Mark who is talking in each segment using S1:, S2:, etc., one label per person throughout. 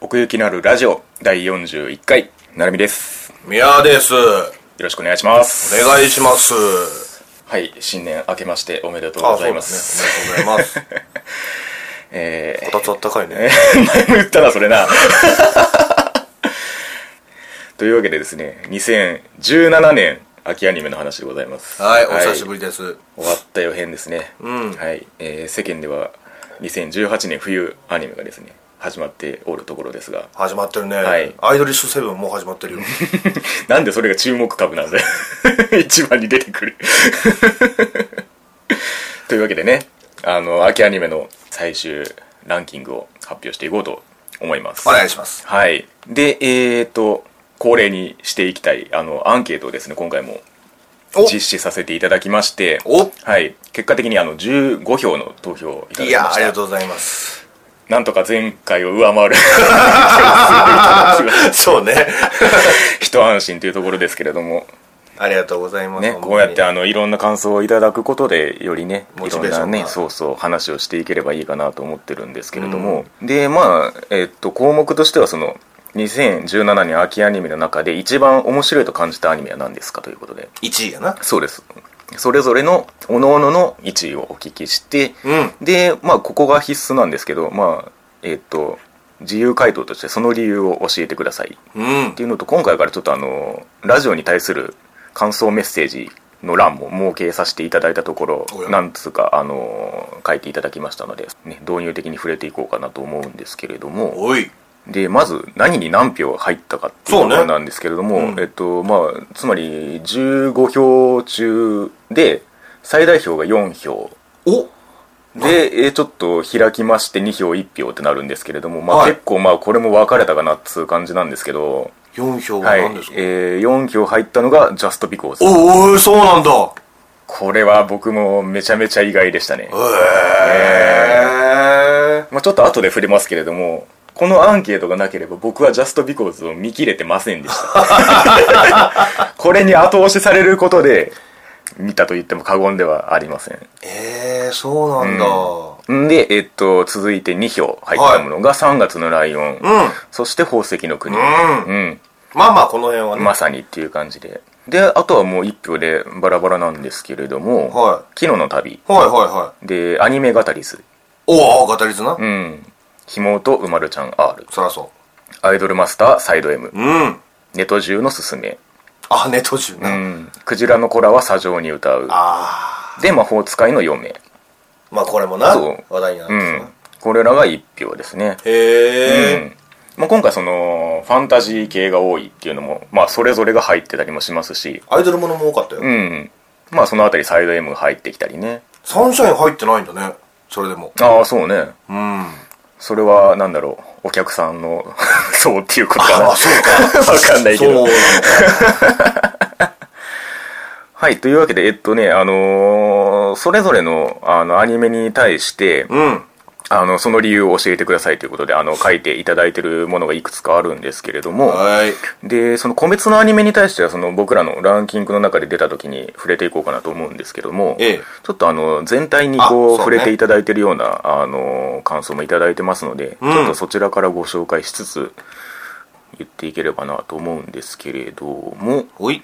S1: 奥行きのあるラジオ第41回なるみですよ
S2: 宮です。お
S1: ろしくお願いします
S2: 願いします。
S1: はい新年明けましておめでとうございます
S2: あ。そうですね。ありがとうござい ます。
S1: え
S2: こたつあったかいね。
S1: ー、 前も言ったなそれな というわけでですね2017年秋アニメの話でございます
S2: はい、お久しぶりです。
S1: 終わった予編ですね、
S2: うん
S1: はいえー世間では2018年冬アニメがですね始まっておるところですが
S2: 始まってるね。
S1: はい
S2: アイドリッシュセブンもう始まってるよ。
S1: なんでそれが注目株なんだよ 一番に出てくる というわけでねあの秋アニメの最終ランキングを発表していこうと思います
S2: お願いし ます。
S1: はいでえっ、ー、と恒例にしていきたいあのアンケートをですね今回も
S2: お
S1: 実施させていただきまして
S2: お
S1: はい、結果的にあの15票の投票をいただ
S2: い
S1: きました
S2: や、ありがとうございます。
S1: なんとか前回を上回る
S2: そうね。
S1: 一安心というところですけれども、
S2: ありがとうございます。
S1: ね、
S2: 本当に
S1: こうやってあのいろんな感想をいただくことでよりね
S2: モ
S1: い
S2: チ
S1: ろ
S2: ベ
S1: ん
S2: ーショ
S1: な
S2: ンが
S1: ねそうそう話をしていければいいかなと思ってるんですけれども、でまあ、えっと項目としてはその2017年秋アニメの中で一番面白いと感じたアニメは何ですかということで
S2: 1位やな。
S1: そうですそれぞれの各々の1位をお聞きして、
S2: うん。
S1: で、まあ、ここが必須なんですけど、まあ、えっ、と、自由回答としてその理由を教えてくださいっ
S2: うん
S1: て。いうのと、今回からちょっとあの、ラジオに対する感想メッセージの欄も設けさせていただいたとこ
S2: お
S1: ろ、
S2: や
S1: なんつうか、あの、書いていただきましたので、ね、導入的に触れていこうかなと思うんですけれども、
S2: おい。
S1: で、まず何に何票入ったかっていう
S2: そう
S1: と
S2: ね
S1: ころなんですけれども、
S2: うん
S1: えっと、まあ、つまり15票中で、最大票が4票。
S2: お
S1: で、えーちょっと開きまして2票1票ってなるんですけれども、まあ、
S2: はい
S1: 結構まあこれも分かれたかなっつう感じなんですけど、
S2: !4 票は
S1: はい、
S2: 何ですか、
S1: えー4票入ったのがジャストビコーズ。
S2: おおそうなんだ
S1: これは僕もめちゃめちゃ意外でしたね。
S2: へえ
S1: まあ、ちょっと後で触れますけれども、このアンケートがなければ僕はジャストビコーズを見切れてませんでした。 これに後押しされることで、見たと言っても過言ではありません。
S2: えー、そうなんだ。
S1: んで、えっと、続いて2票入ったものが3月のライオン、
S2: うん。
S1: そして宝石の国。
S2: うん。
S1: うん、
S2: まあまあ、この辺はね。
S1: まさにっていう感じで。で、あとはもう1票でバラバラなんですけれども、
S2: は
S1: 昨日の旅、
S2: い。はいはいはい。
S1: で、アニメ語りず、
S2: おお語りずな。
S1: うん、ひもとうまるちゃん R、
S2: そらそ
S1: アイドルマスターサイド M、
S2: う。うん。
S1: ネト中のすすめ、
S2: あ、ネト中
S1: う
S2: な。
S1: ん、クジラの子らは砂上に歌う、
S2: あ
S1: で、魔法使いの嫁、
S2: ー。まあ、これもな、
S1: そう
S2: 話題になる
S1: うん
S2: です
S1: ん
S2: ね。、
S1: これらが1票ですね。う
S2: へえ。
S1: んまあ、今回そのファンタジー系が多いっていうのも、まあ、それぞれが入ってたりもしますし、
S2: アイドルものも多かった
S1: う
S2: よ。
S1: んまあ、そのあたりサイド M が入ってきたりね
S2: サンシャイン入ってないんだね。それでも。
S1: ああそうね
S2: うん。
S1: それはなんだろうお客さんの そうっていうことかな
S2: あ、そうか。
S1: わかんないけ
S2: そ
S1: ど
S2: うなのか。
S1: はいというわけでえっとねあのーそれぞれのあのアニメに対して
S2: うん。
S1: あのその理由を教えてくださいということであの書いていただいてるものがいくつかあるんですけれども
S2: はい。
S1: でその個別のアニメに対してはその僕らのランキングの中で出た時に触れていこうかなと思うんですけども、
S2: ええ
S1: ちょっとあの全体に
S2: あそう
S1: こう
S2: ね
S1: 触れていただいてるようなあの感想もいただいてますので、
S2: ん
S1: ちょっとそちらからご紹介しつつ言っていければなと思うんですけれども、
S2: おい。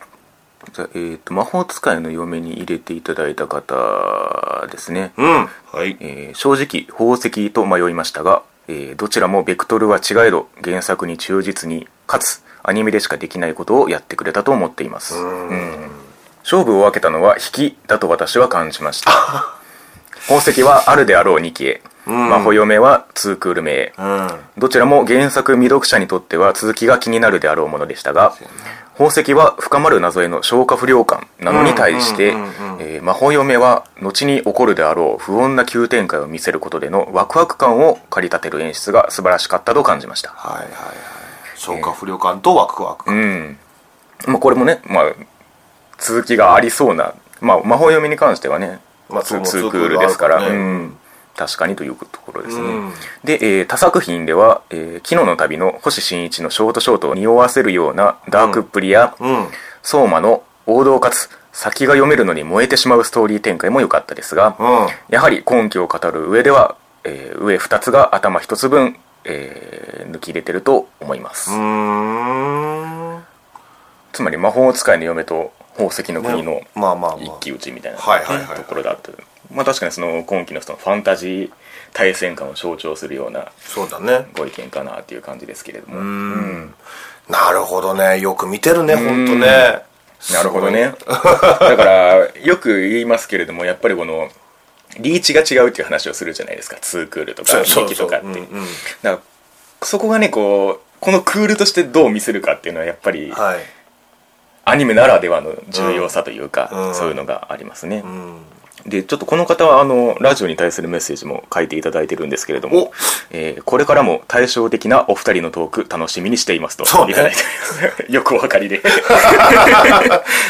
S1: じゃあえー、と魔法使いの嫁に入れていただいた方ですね、
S2: うん。はい。
S1: えー正直宝石と迷いましたが、えーどちらもベクトルは違えど原作に忠実にかつアニメでしかできないことをやってくれたと思っていますうん勝負を分けたのは引きだと私は感じま した宝石はあるであろう2期へ真帆嫁は2クール目へ
S2: うん。
S1: どちらも原作未読者にとっては続きが気になるであろうものでしたが、宝石は深まる謎への消化不良感なのに対して、えー魔法嫁は後に起こるであろう不穏な急展開を見せることでのワクワク感を駆り立てる演出が素晴らしかったと感じました。
S2: はいはいはい。消化不良感とワクワク
S1: う
S2: 感。
S1: ん。まあこれもね、まあ、続きがありそうな、まあ魔法嫁に関してはね、
S2: まあ
S1: ツー
S2: そ
S1: ツ
S2: う
S1: ークールですから、
S2: ツークールあるからね
S1: うん確かにというところですね。
S2: うん
S1: で、えー他作品では、えー昨日の旅の星新一のショートショートを匂わせるようなダークっぷりや、
S2: うん。
S1: 相馬の王道かつ先が読めるのに燃えてしまうストーリー展開も良かったですが、
S2: うん。
S1: やはり根拠を語る上では、えー上2つが頭1つ分えー抜き入れてると思います、
S2: うーん
S1: つまり魔法使いの嫁と宝石の国の
S2: ねまあまあまあ
S1: 一騎打ちみたいなね、
S2: はいはいはいはい
S1: ところだったまあ確かにその今期のそのファンタジー対戦感を象徴するような
S2: そうだね
S1: ご意見かなっていう感じですけれども
S2: うんなるほどねよく見てるねほんとね
S1: なるほどねだからよく言いますけれどもやっぱりこのリーチが違うっていう話をするじゃないですかツークールとか
S2: そうそ
S1: 2
S2: う
S1: 期
S2: そ
S1: と
S2: う
S1: かって
S2: うんう
S1: だ
S2: ん
S1: からそこがねこうこのクールとしてどう見せるかっていうのはやっぱり
S2: はい
S1: アニメならではの重要さというか、
S2: うん
S1: そういうのがありますね、
S2: うん
S1: でちょっとこの方はあのラジオに対するメッセージも書いていただいてるんですけれども
S2: お、
S1: えーこれからも対照的なお二人のトーク楽しみにしていますと
S2: そうね
S1: いただいております よくお分かり で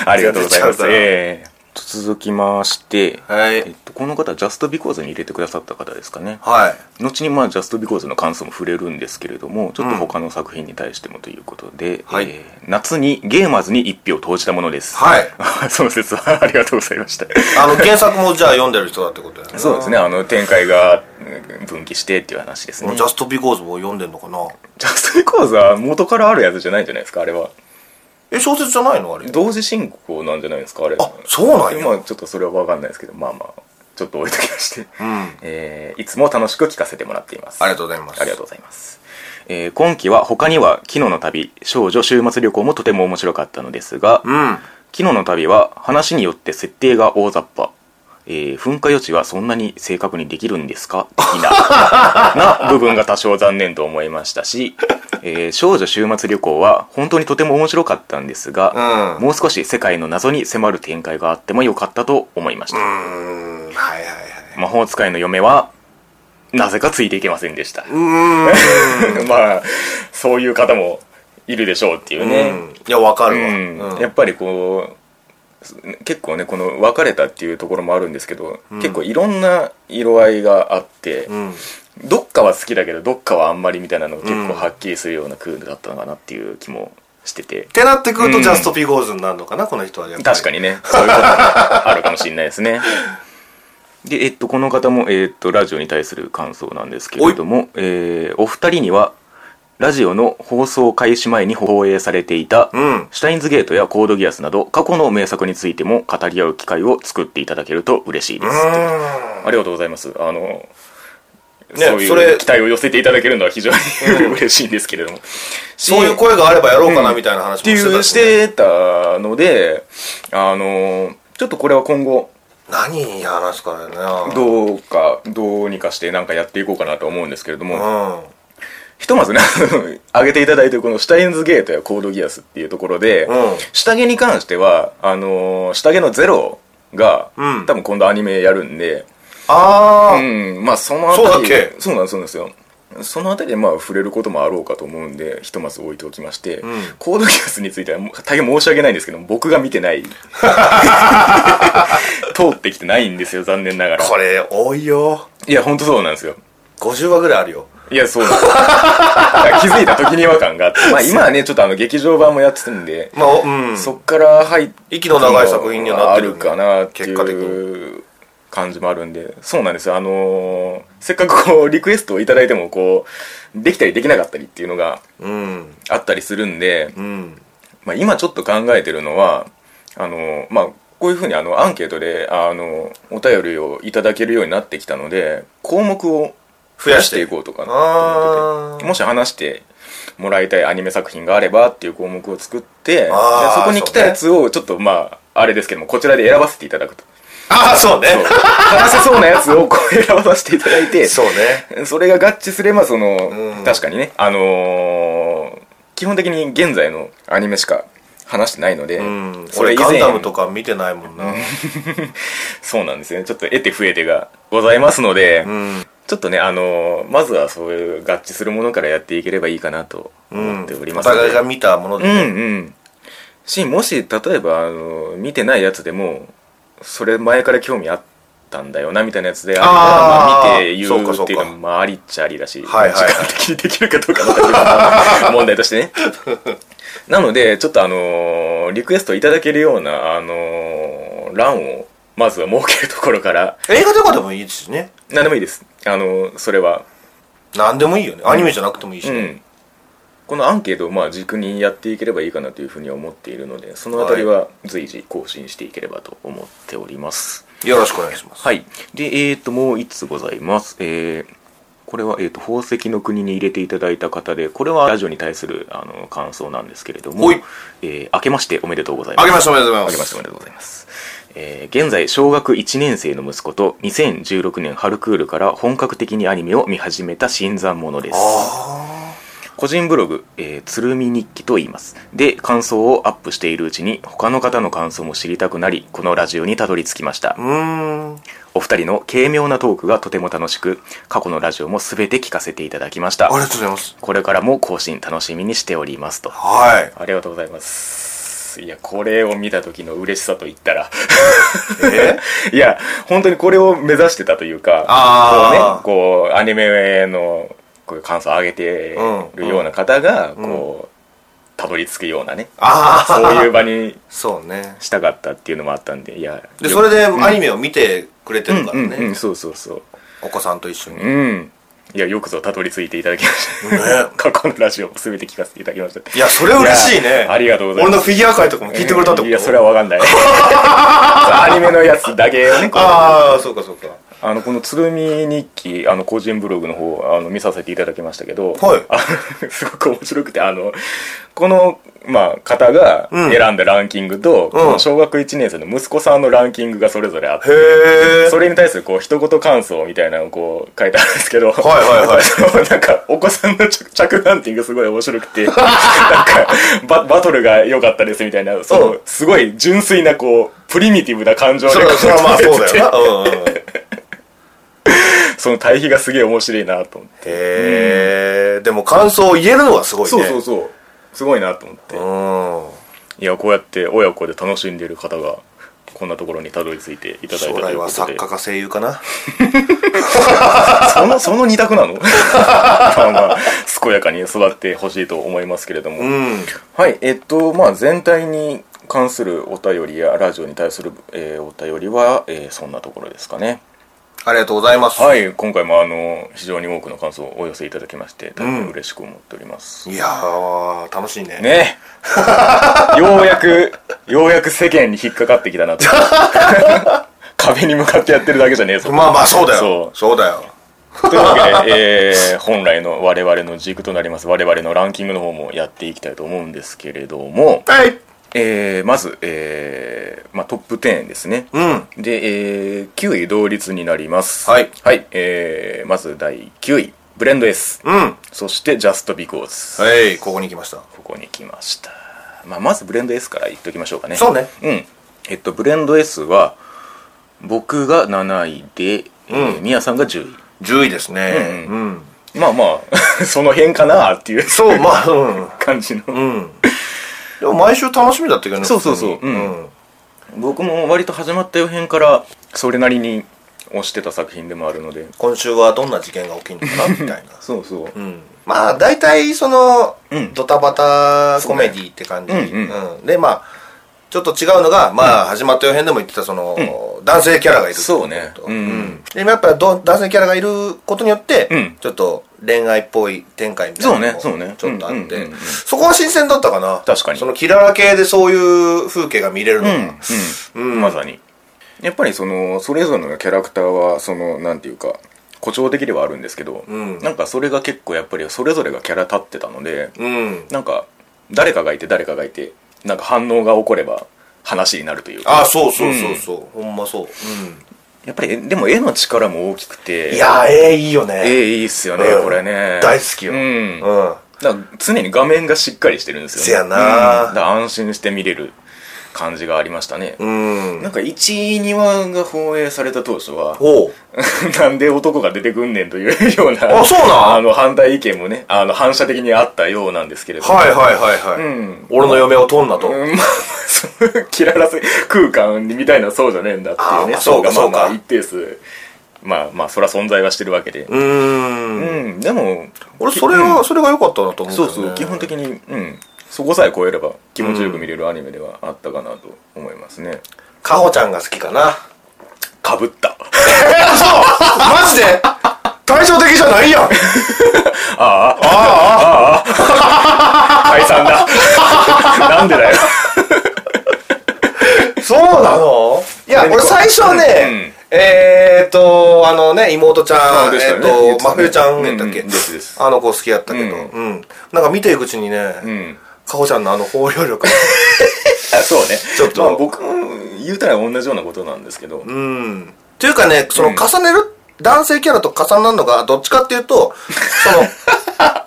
S1: ありがとうございま
S2: 全然違う
S1: す
S2: だ、ろ
S1: えー続きまして、
S2: はい
S1: えっと、この方ジャストビコーズに入れてくださった方ですかね
S2: はい
S1: 後にまあジャストビコーズの感想も触れるんですけれどもちょっと他の作品に対してもということで、
S2: はい
S1: えー夏にゲーマーズに一票投じたものです
S2: はい
S1: その説はありがとうございました
S2: あの原作もじゃあ読んでる人だってことだよね
S1: そうですねあの展開がうん分岐してっていう話ですね
S2: ジャストビコーズも読んでんのかな
S1: ジャストビコーズは元からあるやつじゃないんじゃないですかあれは
S2: え小説じゃないのあれ
S1: 同時進行なんじゃないですかあれ
S2: あそうなんや
S1: まあちょっとそれは分かんないですけどまあまあちょっと置いときまして、
S2: うん
S1: えーいつも楽しく聞かせてもらっています
S2: ありがとうございます
S1: ありがとうございます。えー今期は他には「昨日の旅」「少女週末旅行」もとても面白かったのですが「
S2: う
S1: 昨
S2: ん
S1: 日の旅」は話によって設定が大雑把、えー噴火予知はそんなに正確にできるんですか的な な部分が多少残念と思いましたし「えー少女週末旅行」は本当にとても面白かったんですが、
S2: うん
S1: もう少し世界の謎に迫る展開があってもよかったと思いました、
S2: うーんはいはいはい
S1: 魔法使いの嫁はなぜかついていけませんでした
S2: うー ん
S1: まあそういう方もいるでしょうっていう
S2: う
S1: ね、
S2: んいやわか
S1: う
S2: るわ
S1: ん
S2: うん
S1: やっぱりこう結構ねこの別れたっていうところもあるんですけど、結構いろんな色合いがあって、
S2: うん
S1: どっかは好きだけどどっかはあんまりみたいなのが結構はっきりするようなクールだったのかなっていう気もしてて
S2: っ、てなってくる
S1: う
S2: と
S1: ん
S2: ジャストピゴーズになるのかな、この人はやっぱり
S1: 確かにねそういうこともあるかもしれないですねで、えっと、この方も、えっと、ラジオに対する感想なんですけれども、えーお二人にはラジオの放送開始前に放映されていた、
S2: うん
S1: シュタインズゲートやコードギアスなど過去の名作についても語り合う機会を作っていただけると嬉しいです
S2: うーん
S1: ありがとうございますあの
S2: ね
S1: そう
S2: そ
S1: いう
S2: れ
S1: 期待を寄せていただけるのは非常に 嬉しいんですけれども、
S2: そういう声があればやろうかなみたいな話も
S1: っ
S2: してて
S1: い
S2: た
S1: うし
S2: し
S1: て
S2: ね
S1: たのであのちょっとこれは今後
S2: 何話すからね
S1: どうかどうにかしてなんかやっていこうかなと思うんですけれど
S2: う
S1: も
S2: ん
S1: ひとまずね 上げていただいてるこのシュタインズゲートやコードギアスっていうところで、
S2: うん
S1: 下着に関してはあの下着のゼロが、
S2: うん
S1: 多分今度アニメやるんで、
S2: ああ
S1: うん、まあそのあたり
S2: そうだっけ
S1: そうなんそうなんですよそのあたりでまあ触れることもあろうかと思うんでひとまず置いておきまして、
S2: ん
S1: コードギアスについてはもう大変申し訳ないんですけど僕が見て ない通ってきてないんですよ残念ながら
S2: これ多いよ
S1: いや本当そうなんですよ
S2: 50話ぐらいあるよ
S1: いやそうなん ですよだから気づいた時に違和感があってまあ今はねちょっとあの劇場版もやってたんで、
S2: まあおうん
S1: そっから入って
S2: 息の長い作品にはなってる
S1: あるかなって
S2: 結果的に
S1: いう感じもあるんでそうなんですよあのーせっかくこうリクエストをいただいてもこうできたりできなかったりっていうのが
S2: うん
S1: あったりするんで、
S2: うん
S1: まあ、今ちょっと考えてるのはあのーまあこういうふうにあのアンケートであのお便りをいただけるようになってきたので項目を増
S2: 増
S1: や
S2: や
S1: し
S2: してて
S1: いこうとかなと思
S2: あ
S1: ってて
S2: ー
S1: もし話してもらいたいアニメ作品があればっていう項目を作ってで
S2: あー
S1: そこに来たやつをちょっとまああれですけどもこちらで選ばせていただくと
S2: ああそうね
S1: そう話せそうなやつをこう選ばさせていただいて
S2: そう ね
S1: それが合致すればその、
S2: うん
S1: 確かにねあのー基本的に現在のアニメしか話してないので、
S2: うん
S1: それ
S2: 俺
S1: 以
S2: ガ
S1: 前
S2: ンダムとか見てないもんな
S1: そうなんですよねちょっと得て増えてがございますので、
S2: うん
S1: ちょっとね、あのーまずはそういう合致するものからやっていければいいかなと
S2: うん
S1: 思っており
S2: お
S1: ますので、
S2: 互いが見たものでね
S1: うんうんしもし例えば、あのー見てないやつでもそれ前から興味あったんだよなみたいなやつであれば
S2: あー
S1: まあ、見て言
S2: そうかそううか
S1: っていうのもまあありっちゃありだし、
S2: はいはいはい
S1: 時間的にできるかどうかの立 場の問題としてねなのでちょっとあのーリクエストいただけるような、あのー欄をまずは設けるところから
S2: 映画とかでもいいですしね
S1: 何でもいいですあのそれは
S2: 何でもいいよねアニメじゃなくてもいいし
S1: う
S2: ね、
S1: ん、このアンケートをまあ軸にやっていければいいかなというふうには思っているのでそのあたりは随時更新していければと思っております
S2: よろしくお願いします、
S1: はい、でえっ、ともう1つございますえーこれは、えー、と宝石の国に入れていただいた方でこれはラジオに対するあの感想なんですけれども
S2: ほい、
S1: えー明けましておめでとうございます
S2: あげましておめでとうございます
S1: あけましておめでとうございます。えー現在、小学1年生の息子と2016年春クールから本格的にアニメを見始めた新参者です。
S2: あ
S1: 個人ブログ、えーつるみ日記と言います。で、感想をアップしているうちに、他の方の感想も知りたくなり、このラジオにたどり着きました
S2: あう。ーん
S1: お二人の軽妙なトークがとても楽しく、過去のラジオもすべて聞かせていただきまし
S2: あり
S1: た。
S2: がとうございます
S1: これからも更新楽しみにしておりますと。
S2: はい
S1: ありがとうございます。いや、これを見た時の嬉しさと言ったら、
S2: え
S1: いや、本当にこれを目指してたというか、
S2: あー
S1: こうね、こう、アニメのこう感想を上げてるような方が、こう、たどり着くような ね、
S2: ああ
S1: そういう場に
S2: そうね
S1: したかったっていうのもあったんで、いや、
S2: でそれで
S1: うん
S2: アニメを見てくれてるからね、
S1: うんうんうんそうそうそう。
S2: お子さんと一緒に、
S1: うん。いや、よくぞたどり着いていただきました。
S2: ね
S1: 過去のラジオも全て聞かせていただきました。
S2: いやそれ嬉しいね
S1: いやありがとうございます
S2: 俺のフィギュア界とかも聞いてくれたってこと
S1: いや、それはわかん ない。アニメのやつだけをね、こう
S2: ああそうかそうか
S1: あのこの鶴見日記あの個人ブログの方あの見させていただきましたけど、
S2: はい
S1: あの すごく面白くてあのこの、まあ、方が
S2: うん
S1: 選んだランキングと、この小学1年生の息子さんのランキングがそれぞれあって。
S2: へ え
S1: それに対するこう一言感想みたいなのをこう書いてあるんですけど、はい
S2: はい はい
S1: なんかお子さんの着着眼点がすごい面白く て、なんかババトルが良かったですみたいな、そのすごい純粋なこうプリミティブな感情で
S2: それはそれはまあそうだ よな、うんうんうん、
S1: その対比がすげえ面白いなと思って。
S2: へえでも感想を言えるのはすごいね
S1: そうそうそう。すごいなと思って。
S2: うん
S1: いや、こうやって親子で楽しんでいる方が、こんなところにたどり着いていただいた
S2: 将
S1: とい
S2: 来
S1: うこ
S2: は
S1: と
S2: 作
S1: で。
S2: 家か声優かな
S1: その、その二択なの まあまあ、健やかに育ってほしいと思いますけれども。
S2: うん
S1: はい、えっと、まあ、全体に関するお便りや、ラジオに対する、えーお便りは、えーそんなところですかね。
S2: ありがとうございます、
S1: はい、今回もあの、非常に多くの感想をお寄せいただきまして、大変嬉しく思っております。
S2: いやー楽しいね
S1: ね ようやく、ようやく世間に引っかかってきたなと。 壁に向かってやってるだけじゃねえぞ。
S2: まあまあそうだよ
S1: そ
S2: そうだよ
S1: というわけで、えー本来の我々の軸となります我々のランキングの方もやっていきたいと思うんですけれども、
S2: はい
S1: えーまず、えーまあ、トップ10ですね。
S2: うん
S1: で、えー9位同率になります。
S2: はい。
S1: はい。えーまず第9位、ブレンド S。
S2: うん
S1: そして、ジャストビコーズ。
S2: はいここに来ました
S1: ここに来ました。まあ、まずブレンド S から言っときましょうかね。
S2: そうね
S1: うん。えっと、ブレンド S は、僕が7位で、えー
S2: うん
S1: 宮さんが10
S2: 10位ですね
S1: う
S2: うんん、
S1: 位。まあまあ、 その辺かなっていう
S2: そうまあうん
S1: 感じの。
S2: うんでも毎週楽しみだったけどね
S1: そうそうそう
S2: 普通に
S1: うん僕も割と始まった予編から、それなりに推してた作品でもあるので。
S2: 今週はどんな事件が起きるの かなみたいな
S1: そうそう。
S2: うんまあ大体その、
S1: うん
S2: ドタバタコメディって感じ、
S1: そうねうん
S2: うんでまあちょっと違うのが、まあ、始まった予編でも言ってた、その、男性キャラがいるってこと
S1: そうね
S2: と
S1: うん
S2: んで、やっぱど男性キャラがいることによって、
S1: うん
S2: ちょっと恋愛っぽい展開みたいなのも
S1: そうねそうね
S2: ちょっとあっ
S1: うんうんうんう
S2: て
S1: ん、
S2: そこは新鮮だったかな。
S1: 確かに
S2: そのキララ系でそういう風景が見れるのが、
S1: うん、うんまさにやっぱりそのそれぞれのキャラクターはそのなんていうか誇張的ではあるんですけど、
S2: うん
S1: なんかそれが結構やっぱりそれぞれがキャラ立ってたので、
S2: うん。
S1: なんか誰かがいて誰かがいてなんか反応が起これば話になるというか
S2: あ、そうそうそうそう。ほんまそう。
S1: やっぱりえでも絵の力も大きくて
S2: いやー、ええいいよね。
S1: 絵いいっすよね、
S2: うん
S1: これね
S2: 大好きよ
S1: うん、
S2: うん。
S1: だから常に画面がしっかりしてるんですよ、ね、
S2: せやな
S1: うんだから安心して見れる感じがありましたね、
S2: うん。
S1: なんか1、2話が放映された当初は、
S2: おう。
S1: なんで男が出てくんねんというような、
S2: あそうなん
S1: あの、反対意見もね、あの、反射的にあったようなんですけれども。
S2: はいはいはいはい。
S1: うん
S2: 俺の嫁を取んなと。
S1: うん まあ、そのキララせ空間みたいなそうじゃねえんだっていうね、
S2: あーそうか
S1: 層がまあ
S2: そうか
S1: まあ一定数、まあまあ、そら存在はしてるわけで。
S2: うー。
S1: うんん、でも、
S2: 俺、それ
S1: うん
S2: は、それが良かったなと思うけど
S1: そ
S2: ね、
S1: うそう、基本的に、うん、そこさえ超えれば気持ちよく見れるアニメではあったかなと思いますね。
S2: かほちゃんが好きかな。
S1: かぶった。
S2: マジで対照的じゃないやんああああ
S1: 解散だなんでだよ
S2: そうなのいや
S1: 何か
S2: 俺最初はね、えーっとあのね妹ちゃ
S1: あ
S2: ん、
S1: でした
S2: えー
S1: よね
S2: っ
S1: 言ってたね
S2: と真冬ちゃんやったっけ、
S1: うんうんですです
S2: あの子好きやったけど、うんなんか見ていくうちにね、
S1: うん
S2: かほちゃんのあの包容力
S1: そうね
S2: ちょっと
S1: まあ、僕も言うたら同じようなことなんですけど、
S2: うんっていうかねその重ねる、男性キャラと重なるのがどっちかっていうと その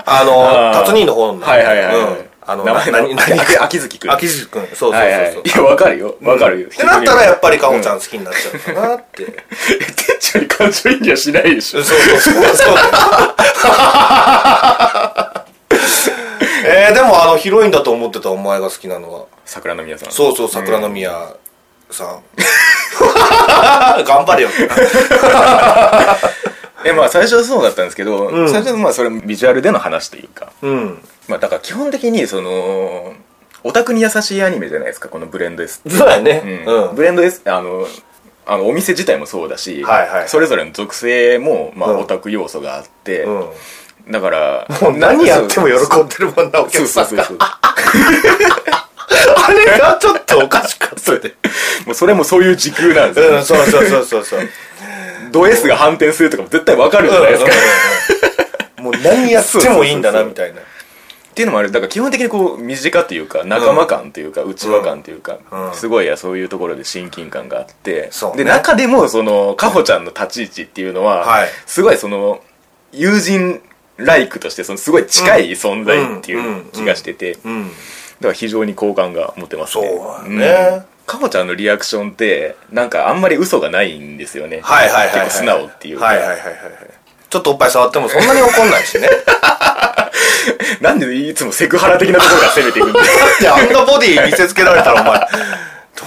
S2: あの
S1: あー
S2: 達人の方の
S1: はいはいはいはい、
S2: うんあの
S1: 名前
S2: 何
S1: 何
S2: 何
S1: 秋秋月くん
S2: 秋月君そうそうそうそう、
S1: はいはいいやわかるよわかるよ、
S2: ってなったらやっぱりかほちゃ
S1: うん
S2: 好きになっちゃうかなって、
S1: 店長に感情移入はしないでし
S2: そ
S1: ょ
S2: うそうそうそう。えー、でもあのヒロインだと思ってたお前が好きなのは
S1: 桜の宮さん
S2: そうそう桜の宮さん、 頑張れよ
S1: えまあ最初はそうだったんですけど、最初はまあそれビジュアルでの話というか
S2: うん
S1: まあだから基本的にそのオタクに優しいアニメじゃないですかこのブレンド S って
S2: そうやねうん、
S1: ブレンド S あのあのお店自体もそうだし、
S2: はいはい
S1: それぞれの属性も、まあ
S2: うん
S1: オタク要素があって、
S2: うん
S1: だから
S2: もう何やっても喜んでるもんなお
S1: そう
S2: 客
S1: そ
S2: さ
S1: うんそう
S2: が
S1: そう
S2: あれがちょっとおかしかったね
S1: もうそれもそういう時空なんですよ、
S2: うんそうそうそうそうそう
S1: ド S が反転するとかも絶対わかるじゃないですか、
S2: うんうんうんもう何やってもいいんだなみたいな
S1: っていうのもあるだから基本的にこう身近というか仲間感というか内輪感というか、
S2: うん
S1: すごいそういうところで親近感があって、
S2: そうね
S1: で中でもそのかほちゃんの立ち位置っていうのは、
S2: はい
S1: すごいその友人ライクとしてそのすごい近い存在って
S2: うん
S1: い
S2: う
S1: うん気がしてて、だ
S2: うん
S1: から非常に好感が持てますね
S2: そうだね
S1: うんかほちゃんのリアクションってなんかあんまり嘘がないんですよね、
S2: はいはいはい、はい、
S1: 結構素直っていうか、
S2: はいはいはいはいはいちょっとおっぱい触ってもそんなに怒んないしねだ
S1: なんでいつもセクハラ的なところが攻めていくんだよ
S2: ってあんなボディ見せつけられたらお前ど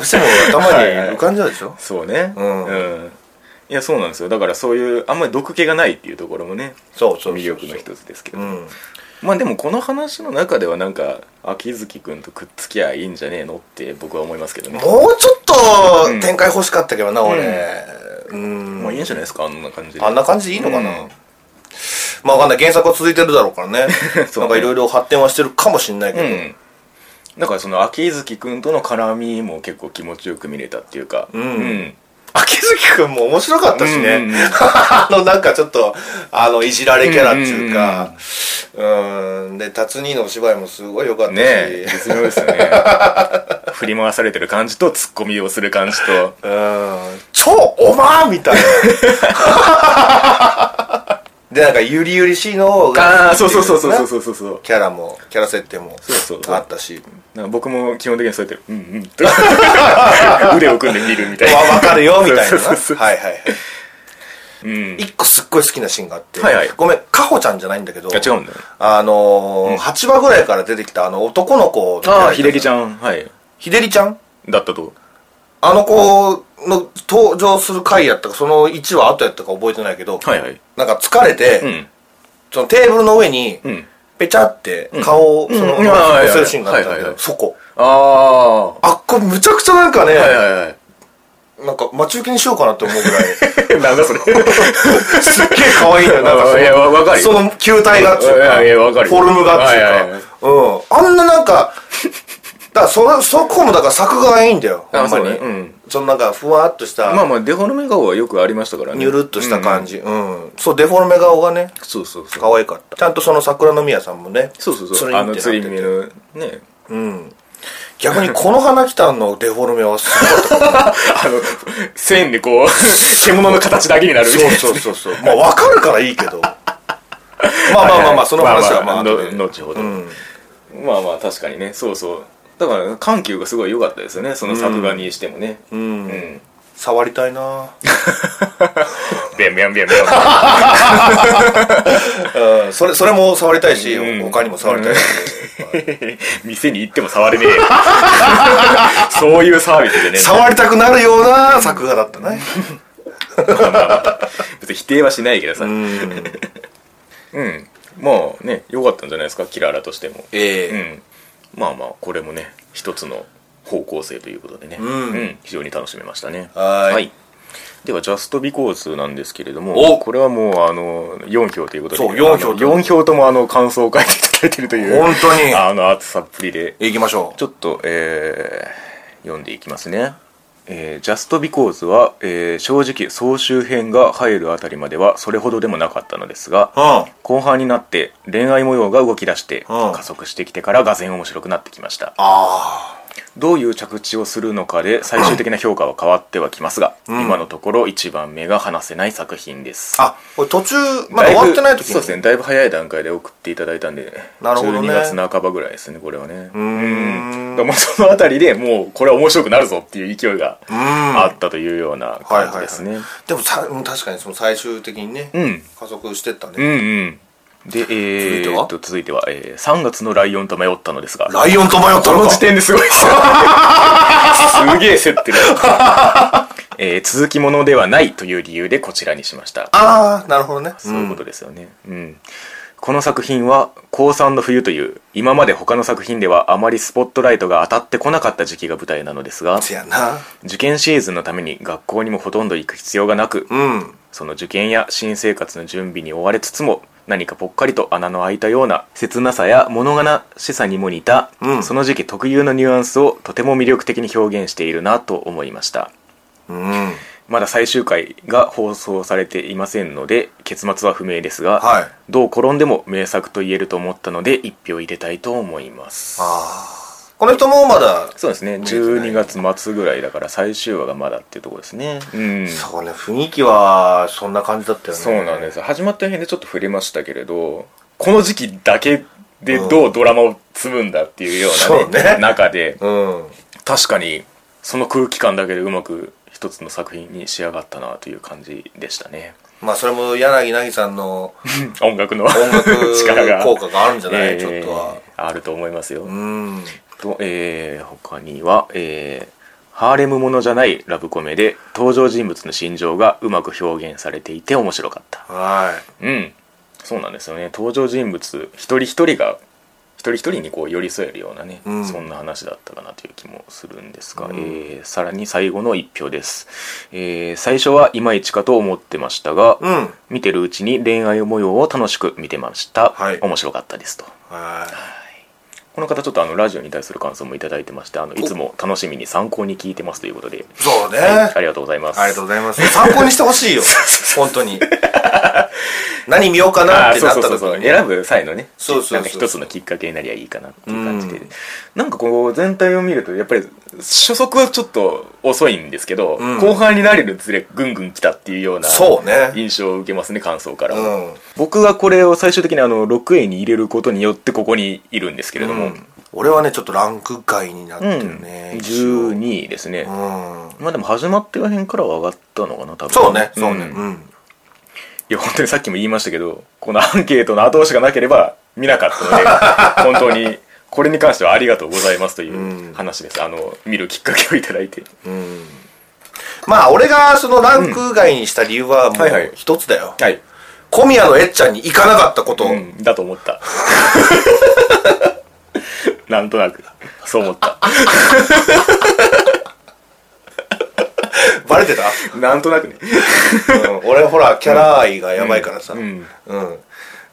S2: うしても頭に浮かんじゃうでしょ、
S1: そうね
S2: うん
S1: いやそうなんですよだからそういうあんまり毒気がないっていうところもね
S2: そうそうそうそう
S1: 魅力の一つですけど、
S2: うん
S1: まあでもこの話の中ではなんか秋月くんとくっつきゃいいんじゃねえのって僕は思いますけどね
S2: もうちょっと
S1: うん
S2: 展開欲しかったけどな、俺うん、
S1: まあいいんじゃないですかあんな感じで
S2: あんな感じでいいのかな、
S1: うん
S2: まあわかんない原作は続いてるだろうからね
S1: そうね
S2: なんかいろいろ発展はしてるかもしんないけ
S1: う
S2: ど、
S1: んだからその秋月くんとの絡みも結構気持ちよく見れたっていうかうん
S2: 秋月くんも面白かったしね、
S1: うんうんうん
S2: あのなんかちょっとあのいじられキャラっていうかうーんで辰兄のお芝居もすごい良かったし、
S1: ねえ 絶妙ですよね振り回されてる感じとツッコミをする感じと
S2: うーん超おまー みたいなでなんかゆりゆりしいの方が
S1: ああそうそうそうそうそうそうそう
S2: キャラもキャラ設定も
S1: そうそうそう
S2: あったし
S1: なんか僕も基本的にそうやって「うんうん」とか 腕を組んで見るみたいな
S2: わわかるよみたい
S1: そ
S2: な
S1: うそうそうそう
S2: はいはいはい
S1: うん
S2: 一個すっごい好きなシーンがあって、
S1: はいはい
S2: ごめんかほちゃんじゃないんだけど
S1: あ違うんだよ
S2: あのー8話ぐらいから出てきたあの男の子
S1: ああ秀樹ち
S2: ん
S1: ゃんはい
S2: 秀樹ちゃん
S1: だったと
S2: あの子の登場する回やったかその1話後やったか覚えてないけど、
S1: はいはい
S2: なんか疲れて、
S1: うん
S2: そのテーブルの上に、
S1: うん
S2: ペチャって顔を、
S1: ん
S2: その、
S1: うん
S2: 乗
S1: はいはいはい
S2: せるシーンがあったんだ
S1: はい
S2: け
S1: はいは
S2: ど、
S1: い
S2: そこ。
S1: ああは
S2: あっこむちゃくちゃなんかね、
S1: いはいはい
S2: なんか待ち受けにしようかなって思うぐらい、
S1: なんだそれ
S2: すっげえ可愛いのよ、なんかその
S1: いやわわかるよ
S2: その球体がっていう
S1: いやいやわかる
S2: フォルムがっていうか、
S1: はいはいはい
S2: うん。あんななんか、だからそ、そこもだから作画がいいんだよ、ほ
S1: あ
S2: んま
S1: そう
S2: に。
S1: ねうん
S2: そのなんか、ふわっとした、
S1: まあまあデフォルメ顔はよくありましたからね
S2: にゅるっとした感じ、うん、そう、デフォルメ顔がね、
S1: そうそうそう
S2: 可愛かった。ちゃんとその桜の宮さんもね、
S1: そうそう
S2: つ
S1: そ
S2: る
S1: うんあ
S2: ってな
S1: の
S2: ってて
S1: 釣り目の ね
S2: うん。逆にこの花来たん のデフォルメはすごい。
S1: あの線で こう獣の形だけになるみたいな
S2: そうそうそうそう。まあわかるからいい けど。まあまあまあまあ、その話はまあ後
S1: の
S2: で。
S1: 後ほど
S2: うん。
S1: まあまあ確かにねそうそうだから緩急がすごい良かったですよねその作画にしてもねうんん
S2: 触りたいな
S1: ビャンビャンビャンビャン
S2: うん。それ、それも触りたいし、
S1: うん
S2: 他にも触りたいし。
S1: 店に行っても触 れねえよそういうサービスでね
S2: 触りたくなるような作画だったね。
S1: 別に否定はしないけどさう
S2: うんん。
S1: まあね良かったんじゃないですかキララとしても
S2: え
S1: う
S2: え。
S1: んまあまあこれもね一つの方向性ということでね
S2: ん
S1: うん非常に楽しめましたね
S2: はーい
S1: はいでは、ジャストビコーズなんですけれど
S2: お
S1: も、これはもう、あの、4票ということで、
S2: そう4票
S1: あの4票ともあの、感想を書いていただいてるという、
S2: 本当に
S1: あの、熱さっぷりで、
S2: 行きましょう
S1: ちょっと、えー読んでいきますね。えー、ジャストビコーズは、えー正直総集編が入るあたりまではそれほどでもなかったのですが、
S2: うん
S1: 後半になって恋愛模様が動き出して、
S2: うん
S1: 加速してきてからがぜん面白くなってきました
S2: あ
S1: どういう着地をするのかで最終的な評価は変わってはきますが、
S2: ん
S1: 今のところ一番目が離せない作品です
S2: ああこれ途中まだ
S1: だい
S2: 終
S1: ぶ
S2: わってない時に
S1: そうですねだいぶ早い段階で送っていただいたんで
S2: なるほどね
S1: 12月半ばぐらいですねこれはねうんだからもうその辺りでもうこれは面白くなるぞっていう勢いが
S2: うん
S1: あったというような感じですね、
S2: でもさうん確かにその最終的にね、
S1: うん
S2: 加速してった
S1: う
S2: ね、
S1: んうんで、えー、
S2: 続いて
S1: え
S2: は
S1: っと続いては、えー3月のライオンと迷ったのですが
S2: ライオンと迷った
S1: こ
S2: の
S1: の
S2: か
S1: 時点ですごい ですよすげえ競ってる、えー続きものではないという理由でこちらにしました
S2: ああなるほどね
S1: そういうことですよねうん、この作品は高3の冬という今まで他の作品ではあまりスポットライトが当たってこなかった時期が舞台なのですが
S2: せやな
S1: 受験シーズンのために学校にもほとんど行く必要がなく
S2: うん
S1: その受験や新生活の準備に追われつつも何かぽっかりと穴の開いたような切なさや物悲しさにも似た、
S2: うん
S1: その時期特有のニュアンスをとても魅力的に表現しているなと思いました
S2: うん
S1: まだ最終回が放送されていませんので結末は不明ですが、
S2: はい
S1: どう転んでも名作と言えると思ったので1票入れたいと思います
S2: ああこの人もまだ
S1: そうですね12月末ぐらいだから最終話がまだっていうところですねうん
S2: そうね雰囲気はそんな感じだったよね
S1: そうなんです始まった辺でちょっと触れましたけれどこの時期だけでどうドラマを積むんだっていうような、
S2: そう
S1: ね
S2: ね
S1: 中で
S2: うん
S1: 確かにその空気感だけでうまく一つの作品に仕上がったなという感じでしたね
S2: まあそれも柳凪さんの
S1: 音楽の
S2: 音楽
S1: 力が
S2: 効果があるんじゃない、
S1: えー
S2: ちょっとは
S1: あると思いますよ、
S2: うん
S1: と、えー他には、えーハーレムものじゃないラブコメで登場人物の心情がうまく表現されていて面白かった
S2: は
S1: うんそうなんですよね登場人物一人一人が一人一人にこう寄り添えるようなね、
S2: うん
S1: そんな話だったかなという気もするんですが、
S2: うん
S1: えーさらに最後の一票です、えー最初はいまいちかと思ってましたが、
S2: いうん
S1: 見てるうちに恋愛模様を楽しく見てました、
S2: はい
S1: 面白かったですと
S2: は
S1: この方ちょっとあのラジオに対する感想もいただいてましてあのいつも楽しみに参考に聞いてますということで、
S2: いそうね、
S1: はいありがとうございます
S2: ありがとうございます。参考にしてほし いよ。本当に。何見ようかな
S1: あ
S2: っ
S1: ー
S2: て
S1: そう
S2: なっ
S1: そ
S2: た
S1: うそうそ
S2: 時
S1: う
S2: にね。
S1: 選ぶ際のね
S2: そうそうそうそ
S1: な
S2: う
S1: んか一つのきっかけになりゃいいかなっていう感じで、
S2: うん
S1: なんかこう全体を見るとやっぱり初速はちょっと遅いんですけど、
S2: うん
S1: 後半になれるずれぐんぐん来たっていうような
S2: そうね。
S1: 印象を受けますね感想から
S2: う
S1: は、
S2: ん。
S1: 僕がこれを最終的にあの6位に入れることによってここにいるんですけれども、
S2: うん俺はね、ちょっとランク外になってるね。一応うん。
S1: 12位ですね、まあでも始まってる辺からは上がったのかな多分
S2: そうね、そうね。
S1: ん
S2: う
S1: い
S2: ん。
S1: や本当にさっきも言いましたけどこのアンケートの後押しがなければ見なかった ので本当にこれに関してはありがとうございますといううん話です、あの見るきっかけをいただいて
S2: うん。まあ、俺がそのランク外にした理由はも
S1: はいはいう
S2: 一つだよ。
S1: はい、
S2: 小宮のえっちゃんに行かなかったこと。
S1: うん、だと思った なんとなくそう思った
S2: バレてた
S1: なんとなくね
S2: うん俺ほら、キャラ愛がやばいからさ。う。
S1: うんん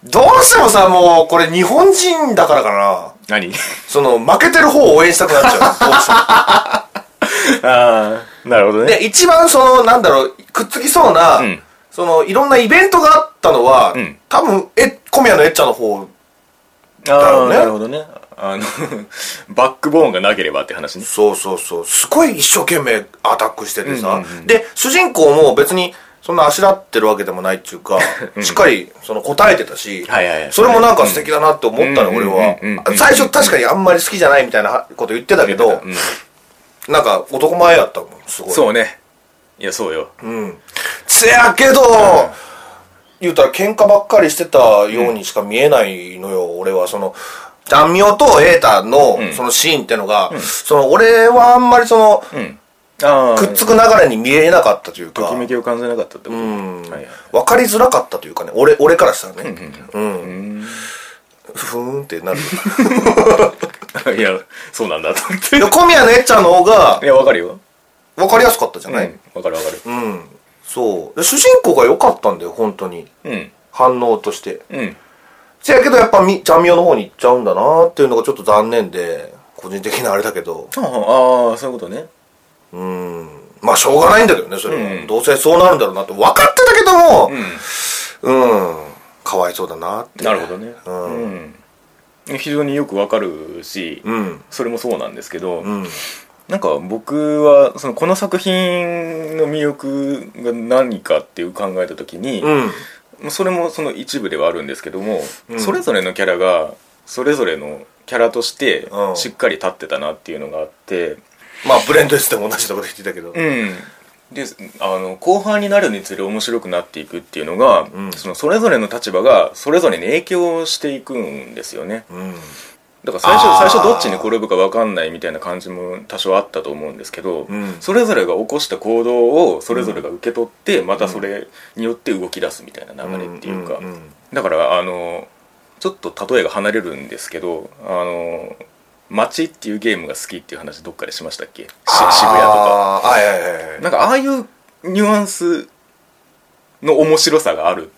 S2: どうしてもさ、もう、これ日本人だからかな。
S1: 何
S2: その、負けてる方を応援したくなっちゃう。どうしても
S1: ああなるほ どね
S2: で、一番その、なんだろう、くっつきそうな、
S1: うん
S2: その、いろんなイベントがあったのは、
S1: ん
S2: 多分、え、小宮のえっちゃんの方、
S1: ああ
S2: だ
S1: なる
S2: ろ
S1: ほどねあの バックボーンがなければって話ね
S2: そうそうそう、すごい一生懸命アタックしててさ、
S1: うんうんうん
S2: で、主人公も別に、そんなあしらってるわけでもないっていう か、しっかり、その、答えてたし、
S1: はいはいはい
S2: それもなんか素敵だなって思ったの、
S1: うん
S2: 俺
S1: うんうんうん
S2: は
S1: う。ん
S2: 最初確かにあんまり好きじゃないみたいなこと言ってたけど、
S1: うん
S2: なんか男前やったもん、すごい。
S1: そうねいやそうよ
S2: うん。せやけど、言うたら喧嘩ばっかりしてたようにしか見えないのよ、俺は。その、ダンミョとエータの
S1: ん
S2: そのシーンってのが、その俺はあんまりその、
S1: うんああ
S2: くっつく流れに見えなかったという
S1: と
S2: か、
S1: き
S2: う
S1: めきを感じなかったってこと
S2: ん、分
S1: はいはい
S2: かりづらかったというかね、俺、俺からしたらね、うん、
S1: うん
S2: ふーんってなる。
S1: いやそうなんだと思って
S2: で小宮のエッちゃんの方が
S1: い、やわかるよ
S2: 分かりやすかったじゃ
S1: うん、わ
S2: ない、
S1: かるわかる
S2: うん、そうで主人公が良かったんだよ本当に
S1: うん
S2: 反応として
S1: うん
S2: せやけどやっぱみちゃんみよの方に行っちゃうんだなっていうのがちょっと残念で個人的なあれだけど
S1: ああそういうことね
S2: うんまあしょうがないんだけどねそれは、
S1: うん
S2: どうせそうなるんだろうなって分かってたけども
S1: う
S2: うん、かわいそうだなって
S1: んなるほどね
S2: うん
S1: うん非常によくわかるし、
S2: うん
S1: それもそうなんですけど、
S2: うん
S1: なんか僕はそのこの作品の魅力が何かっていう考えた時に、
S2: うん
S1: それもその一部ではあるんですけども、
S2: うん
S1: それぞれのキャラがそれぞれのキャラとして
S2: うん
S1: しっかり立ってたなっていうのがあって、
S2: まあブレンドエスでも同じとこで言ってたけど
S1: うん、であの後半になるにつれ面白くなっていくっていうのが、
S2: うん
S1: そのそれぞれの立場がそれぞれに影響していくんですよね
S2: うん
S1: だから最
S2: あー
S1: 初最初どっちに転ぶか分かんないみたいな感じも多少あったと思うんですけど、
S2: うん
S1: それぞれが起こした行動をそれぞれが受け取って、またそれによって動き出すみたいな流れっていうか、
S2: んん
S1: だからあのちょっと例えが離れるんですけどあの「街」っていうゲームが好きっていう話どっかでしましたっけし渋谷とか
S2: あーはいはいはいはい
S1: なんかああいうニュアンスの面白さがある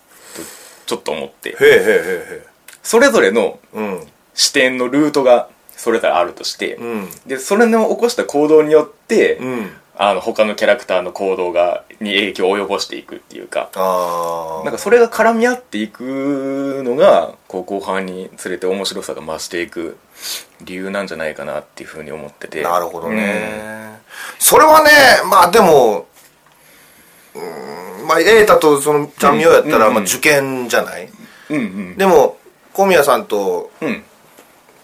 S1: とちょっと思って
S2: へえへえへ
S1: それぞれの
S2: えへえ
S1: 視点のルートがそれぞれあるとして、
S2: うんうん
S1: でそれの起こした行動によって、
S2: うん
S1: あの他のキャラクターの行動がに影響を及ぼしていくっていうか
S2: ああ
S1: なんかそれが絡み合っていくのがこう後半につれて面白さが増していく理由なんじゃないかなっていうふうに思ってて
S2: なるほどね、それはねまあでもうーんまあ瑛太とそのちゃんみよやったら、
S1: うんうん
S2: まあ、受験じゃない、
S1: うんうん
S2: でも小宮さんと
S1: うん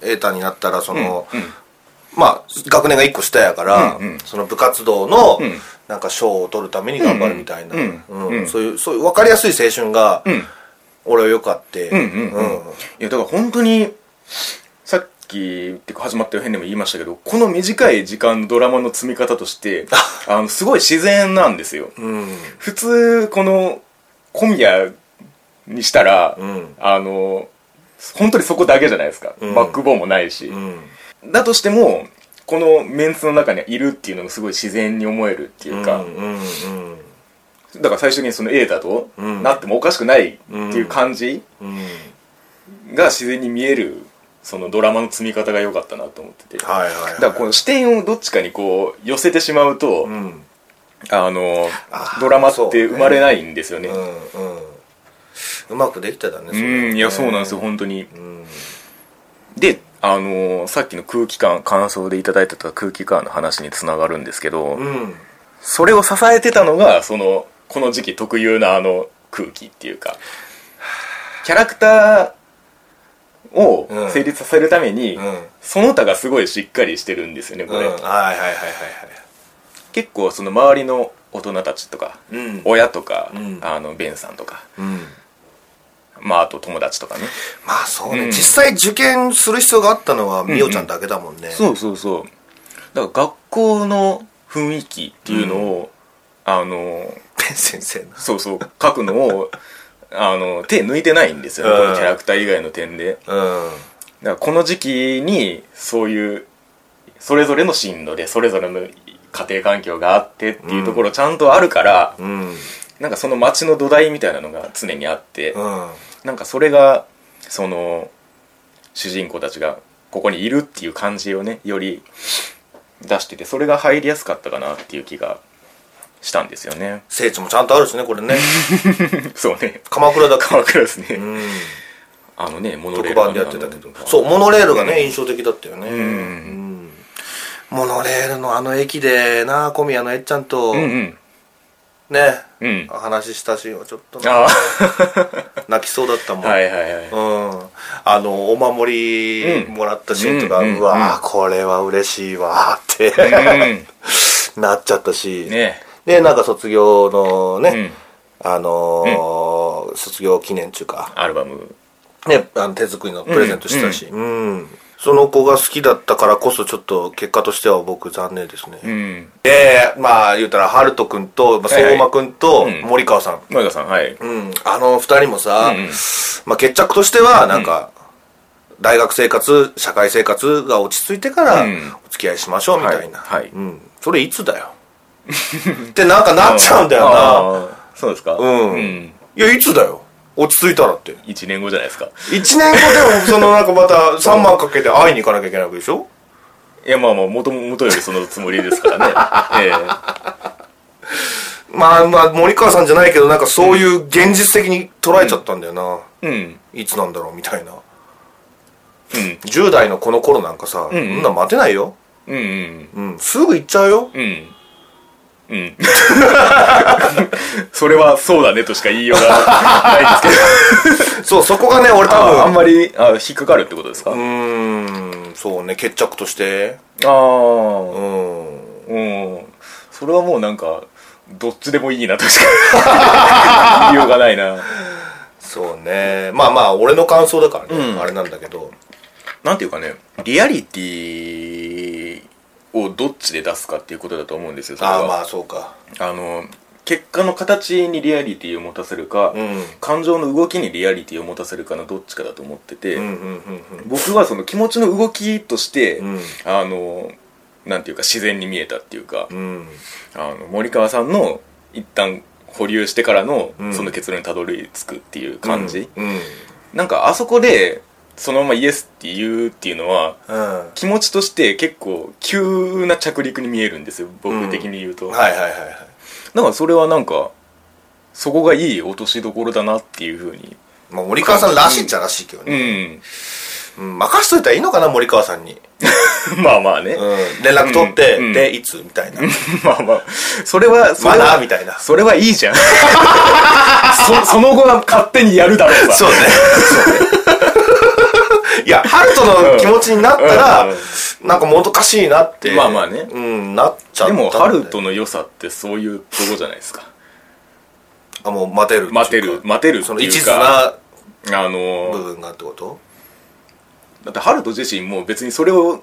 S2: 瑛太になったらそ
S1: うん
S2: の、まあ学年が1個下やから、
S1: うんうん
S2: その部活動の、
S1: ん
S2: なんか賞を取るために頑張るみたいな、
S1: うんうん
S2: うん
S1: うん
S2: そういうそういう分かりやすい青春が、
S1: うん
S2: 俺はよかって、
S1: うんうんうん
S2: うん
S1: いやだから本当にさっきってか始まったよ編でも言いましたけどこの短い時間のドラマの積み方と してあのすごい自然なんですよ
S2: うん
S1: 普通この小宮にしたら、
S2: うん
S1: あの本当にそこだけじゃないですか、
S2: うん
S1: バックボーンもないし、
S2: うん
S1: だとしてもこのメンツの中にいるっていうのがすごい自然に思えるっていうか、
S2: うんうん
S1: だから最終的にその A だと
S2: うん
S1: なってもおかしくないっていう感じ
S2: うんうん
S1: が自然に見えるそのドラマの積み方が良かったなと思っててだか
S2: はいはい、はい、
S1: らこの視点をどっちかにこう寄せてしまうと、
S2: うん
S1: あの
S2: あー
S1: ドラマって生まれないんですよねう
S2: うんうんうまくできてたねそれ
S1: んいやそうなんですよ本当に
S2: うん
S1: であのさっきの空気感感想でいただいてた空気感の話につながるんですけど、
S2: うん
S1: それを支えてたのがそのこの時期特有なあの空気っていうかキャラクターを成立させるために、
S2: うん
S1: その他がすごいしっかりしてるんですよねこ
S2: はい
S1: れ、
S2: はいはいはいはい
S1: 結構その周りの大人たちとか、
S2: うん
S1: 親とか、
S2: うん
S1: あのベンさんとか
S2: うん
S1: まああと友達とかね
S2: まあそうね、
S1: うん
S2: 実際受験する必要があったのはみおちゃんだけだもんね、
S1: そうそうそうだから学校の雰囲気っていうのを、あの
S2: ペン先生な
S1: そうそう書くのを あの手抜いてないんですよねこのキャラクター以外の点で
S2: うん
S1: だからこの時期にそういうそれぞれの進路でそれぞれの家庭環境があってっていうところちゃんとあるから、
S2: うん
S1: なんかその街の土台みたいなのが常にあって、
S2: うん
S1: なんかそれがその主人公たちがここにいるっていう感じをねより出しててそれが入りやすかったかなっていう気がしたんですよね
S2: 聖地もちゃんとあるしねこれね
S1: そうね
S2: 鎌倉だけ
S1: 鎌倉ですね、
S2: うん
S1: あのねモノレー
S2: 特
S1: ルの
S2: 番でやってたけど
S1: あの
S2: そうモノレールがね、印象的だったよね
S1: ん
S2: うんモノレールのあの駅でな小宮のえっちゃんと、
S1: うんうん
S2: ね、
S1: うん
S2: 話したシーンはちょっとな
S1: あ
S2: 泣きそうだったもん、
S1: あ はいはいはい
S2: うん、あのお守りもらったシーンとか、う
S1: うんうんうん
S2: わーこれは嬉しいわーって、
S1: う
S2: なっちゃったし、
S1: んね
S2: でなんか卒業の
S1: う
S2: ね
S1: ん、
S2: あのー卒業記念っていうか、
S1: アルバム
S2: ね、あの手作りのプレゼントしてたし、うんその子が好きだったからこそちょっと結果としては僕残念ですね、
S1: うん
S2: でまあ言うたら春人君とまあ
S1: はいは
S2: 相
S1: い
S2: 馬君と
S1: うん
S2: 森川さん、
S1: 前田さんはい
S2: うん、あの二人もさ、
S1: うんうん
S2: まあ、決着としてはなんか、大学生活社会生活が落ち着いてから
S1: うん
S2: お付き合いしましょうみたいな、
S1: はいはい
S2: うん、それいつだよってなんかなっちゃうんだよ
S1: あーそうですか
S2: うん
S1: うん、
S2: な。いや、いつだよ。落ち着いたらって。
S1: 1年後じゃないですか
S2: 1年後でも、そのなんかまた3万 かけて会いに行かなきゃいけないわけでしょ
S1: いやまあまあもともとよりそのつもりですからね ええ
S2: まあまあ、森川さんじゃないけど、なんかそういう現実的に捉えちゃったんだよな。
S1: うん
S2: いつなんだろうみたいな。
S1: うん
S2: 10代のこの頃なんかさ、そ
S1: んうん
S2: んなん待てないよ。
S1: うんうん
S2: うん、すぐ行っちゃうよ。
S1: うんうん それはそうだねとしか言いようがないですけど
S2: そう、そこがね、俺多分、
S1: ああんまりあ引っかかるってことですか、
S2: うーん、そうね、決着として。う
S1: ああ
S2: ん。
S1: うんそれはもうなんかどっちでもいいなとしか言いようがないな
S2: そうね。まあまあ、俺の感想だからね、
S1: うん
S2: あれなんだけど。
S1: なんていうかねリアリティをどっちで出すかっていうことだと思うんですよそれは
S2: ああ、まあそうか。
S1: あの結果の形にリアリティを持たせるか、
S2: うん。
S1: 感情の動きにリアリティを持たせるかのどっちかだと思ってて、
S2: うんうんうん
S1: 僕はその気持ちの動きとして、
S2: うん。
S1: あのなんていうか自然に見えたっていうか、
S2: うん。
S1: あの森川さんの一旦保留してからの、
S2: うん
S1: その結論にたどり着くっていう感じ、
S2: うん。うん。
S1: なんかあそこでそのままイエスって言うっていうのは
S2: は
S1: 気持ちとして結構急な着陸に見えるんですよ僕的に言うと、
S2: いはいはいはい。
S1: なんかそれはなんかそこがいい落としどころだなっていうふうに
S2: まあ、森川さんらしいっちゃらしいけど
S1: う
S2: ね。
S1: ん
S2: うん。任しといたらいいのかな、森川さんに。
S1: まあまあね、
S2: うん。連絡取って、
S1: うん
S2: で、いつみたいな。
S1: まあまあそれはそれ
S2: ま
S1: は
S2: だみたいな。
S1: それはいいじゃん そその後は勝手にやるだろうさ
S2: そうね。 いや、ハルトの気持ちになったら
S1: うん、
S2: なんかもどかしいなって。
S1: まあまあね
S2: うん、なっちゃった
S1: で
S2: んだよ。
S1: もハルトの良さってそういうとこじゃないですか
S2: あ、もう待てるっていうか。
S1: 待てる待てるっていうか
S2: その一途な
S1: あ
S2: 部
S1: の
S2: 分がってこと
S1: だってハルト自身も別にそれを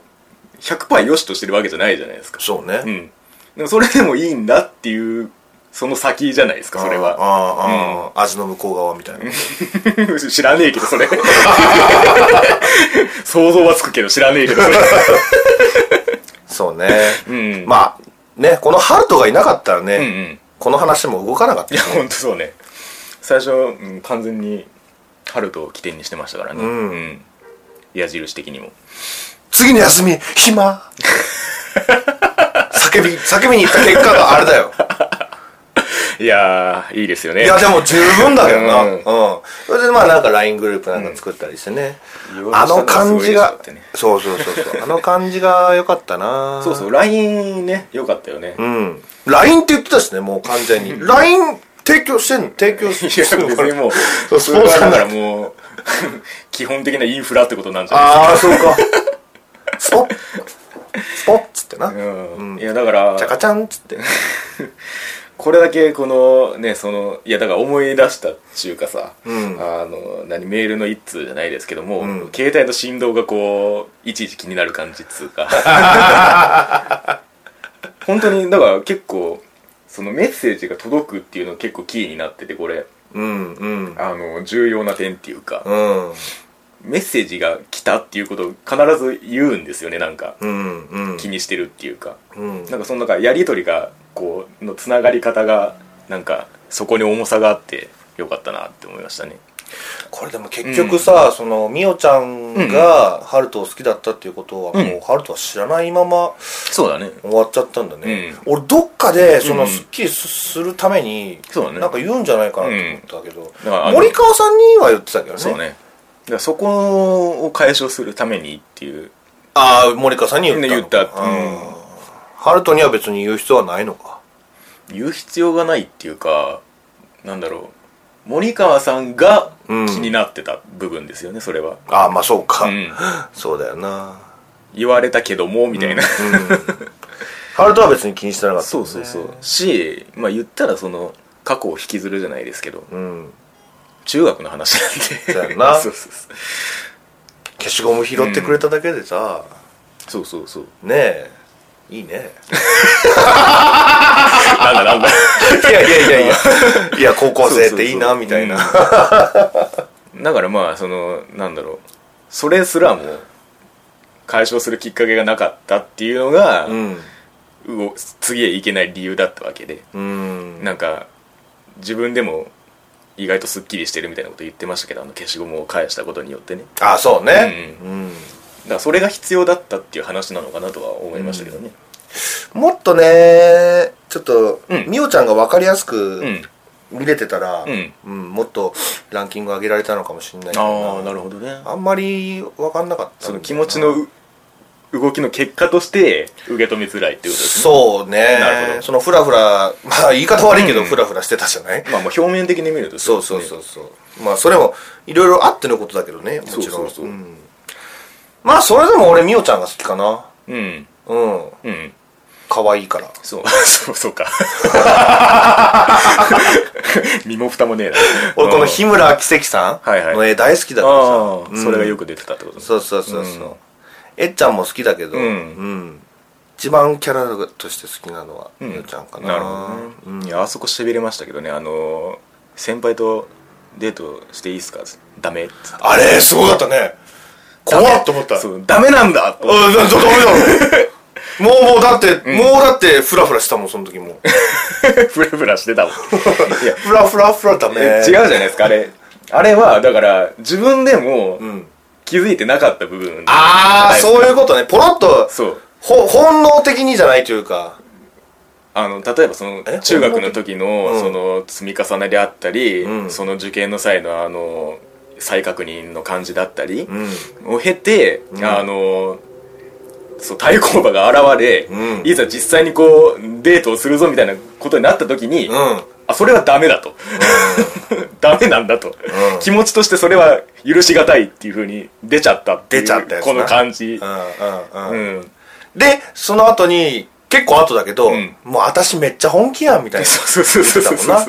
S1: 100%良しとしてるわけじゃないじゃないですか
S2: そうね。
S1: うんでもそれでもいいんだっていうその先じゃないですかそれは
S2: ああ、ああ、味の向こう側みたいな。
S1: 知らねえけどそれ 想像はつくけど知らねえけどそれ
S2: そうね。
S1: うん
S2: まあ、ね、このハルトがいなかったら
S1: うんう
S2: ね、
S1: ん
S2: この話も動かなかっ
S1: いや
S2: た。
S1: ほんとそうね最初、うん完全にハルトを起点にしてましたからね
S2: ん
S1: うん矢印的にも
S2: 次の休み、 暇叫び、叫びに行った結果があれ だよ。
S1: いやーいいですよね
S2: いや、でも十分だけどな。
S1: う
S2: うんん。それでまあなんか LINE グループなんか作ったりしてね。
S1: うん
S2: あの感じが
S1: 言おうとしたのがすごいでしょってね、
S2: そうそう そうそう。あの感じが良かったな
S1: そうそう。LINE ねよかったよね
S2: うん。LINE って言ってたしね、もう完全に。LINE 提供してんの提
S1: い
S2: 供
S1: や
S2: し
S1: 別
S2: てんの
S1: にも
S2: そう
S1: うそ
S2: そう
S1: れはだ
S2: だ
S1: か
S2: からら
S1: もう 基本的なインフラってことなんじゃないですか
S2: ああ、そうか。スポッ。スポッつってな。
S1: うん
S2: うん
S1: いやだから
S2: チャカチャンっつって。
S1: これだけこのねそのいやだから思い出したっていうかさ、
S2: うん
S1: あの何メールの一通じゃないですけども、
S2: うん
S1: 携帯の振動がこういちいち気になる感じっつうか 本当にだから結構そのメッセージが届くっていうの結構キーになっててこれ
S2: うん、うん。
S1: あの重要な点っていうか、
S2: うん、
S1: メッセージが来たっていうことを必ず言うんですよねなんか
S2: うん、うん。
S1: 気にしてるっていうか、
S2: うん
S1: なんかその中やり取りがこうのつながり方がなんかそこに重さがあってよかったなって思いましたね
S2: これでも結局さ、そのみおちゃんがハルトを好きだったっていうことは、
S1: うん
S2: もうハルトは知らないまま
S1: そうだね
S2: 終わっちゃったんだね、俺どっかでそのすっきりす,、るために
S1: そうだね
S2: なんか言うんじゃないかなと思ったけど、
S1: からあの
S2: 森川さんには言ってたけどね
S1: そうねだからそこを解消するためにっていう
S2: ああ森川さんに言った
S1: 言
S2: の
S1: った
S2: か
S1: って
S2: あーハルトには別に言う必要はないのか
S1: 言う必要がないっていうかなんだろう森川さんが気
S2: うん
S1: になってた部分ですよねそれは、
S2: ああまあそうか、
S1: うん
S2: そうだよな
S1: 言われたけどもみたいな、
S2: うんハルトは別に気にしてなかった、
S1: そうそうそうしまあ言ったらその過去を引きずるじゃないですけど
S2: うん
S1: 中学の話なん
S2: そう
S1: で
S2: やな
S1: そうそうそう
S2: 消しゴム拾ってくれただけでさ、
S1: そうそうそう
S2: ねえいいね
S1: なんだなんだ
S2: いやいやいやいや いや高校生
S1: そうそう
S2: っ
S1: そう
S2: ていいなみたいな
S1: うんだからまあそのなんだろうそれすらも解消するきっかけがなかったっていうのが、
S2: うん
S1: うお次へ行けない理由だったわけで
S2: うん
S1: なんか自分でも意外とすっきりしてるみたいなこと言ってましたけどあの消しゴムを返したことによってね
S2: あそうね、うん
S1: だからそれが必要だったっていう話なのかなとは思いましたけどね
S2: もっとねちょっと、
S1: うん
S2: みおちゃんが分かりやす
S1: う
S2: く
S1: ん
S2: 見れてたら、
S1: うん
S2: うんもっとランキング上げられたのかもしれないけ
S1: あ
S2: ど
S1: あなるほどね
S2: あんまり分かんなかった
S1: そ
S2: んだよな
S1: の気持ちのう動きの結果として受け止めづらいっていうことですね
S2: そうね
S1: なるほど
S2: そのフラフラ まあ言い方悪いけど、
S1: うん
S2: フラフラしてたじゃない
S1: まあもう表面的に見ると
S2: そうそうそううそう、まあそれもいろいろあってのことだけどねもちろん
S1: そうそうそうん
S2: まあそれでも俺みおちゃんが好きかな
S1: うん
S2: うん
S1: うん
S2: 可愛いから
S1: そう そうそうか身も蓋もねえな
S2: 俺こ
S1: う
S2: の
S1: ん
S2: 日村奇跡さ
S1: はいは
S2: ん
S1: い
S2: の絵大好きだから
S1: ああ
S2: うん
S1: それがよく出てたってことね
S2: そうそうそうそうえっちゃんも好きだけど
S1: うん
S2: ん一番キャラとして好きなのは
S1: うん
S2: みおちゃんかな
S1: なるほどね、いやあそこしびれましたけどねあのー先輩とデートしていいっすかダメっつって
S2: あれすごかったね怖っと思った
S1: そうダメなんだと
S2: あ、だ、だ、ダメだろ。もう、もう、だって、もう、だって、フラフラしたもん、その時も。
S1: フラフラしてたもん いや
S2: フラフラフラダメ。
S1: え違うじゃないですかあれあれはだから自分でも
S2: うん。
S1: 気づいてなかった部分
S2: あー、そういうことね。ポロッと、
S1: そう
S2: ほ、本能的にじゃないというか。
S1: あの例えばその
S2: え
S1: 中学の時の
S2: うん
S1: その積み重ねであったり、
S2: うん
S1: その受験の際のあの再確認の感じだったり
S2: ん。
S1: を経て、
S2: ん
S1: あのそう対抗馬が現れ、
S2: うん
S1: いざ実際にこうデートをするぞみたいなことになった時に、
S2: うん。
S1: あそれはダメだと ダメなんだと、
S2: ん
S1: 気持ちとしてそれは許しがたいっていうふうに出ちゃったっていう
S2: 出ちゃったやつな
S1: この感じ
S2: う、ん、うん、
S1: う
S2: うん。
S1: ん、
S2: で、その後に、結構後だけど、
S1: うん
S2: もう私めっちゃ本気やん、みたい
S1: そうそうそうそうそうそう
S2: な。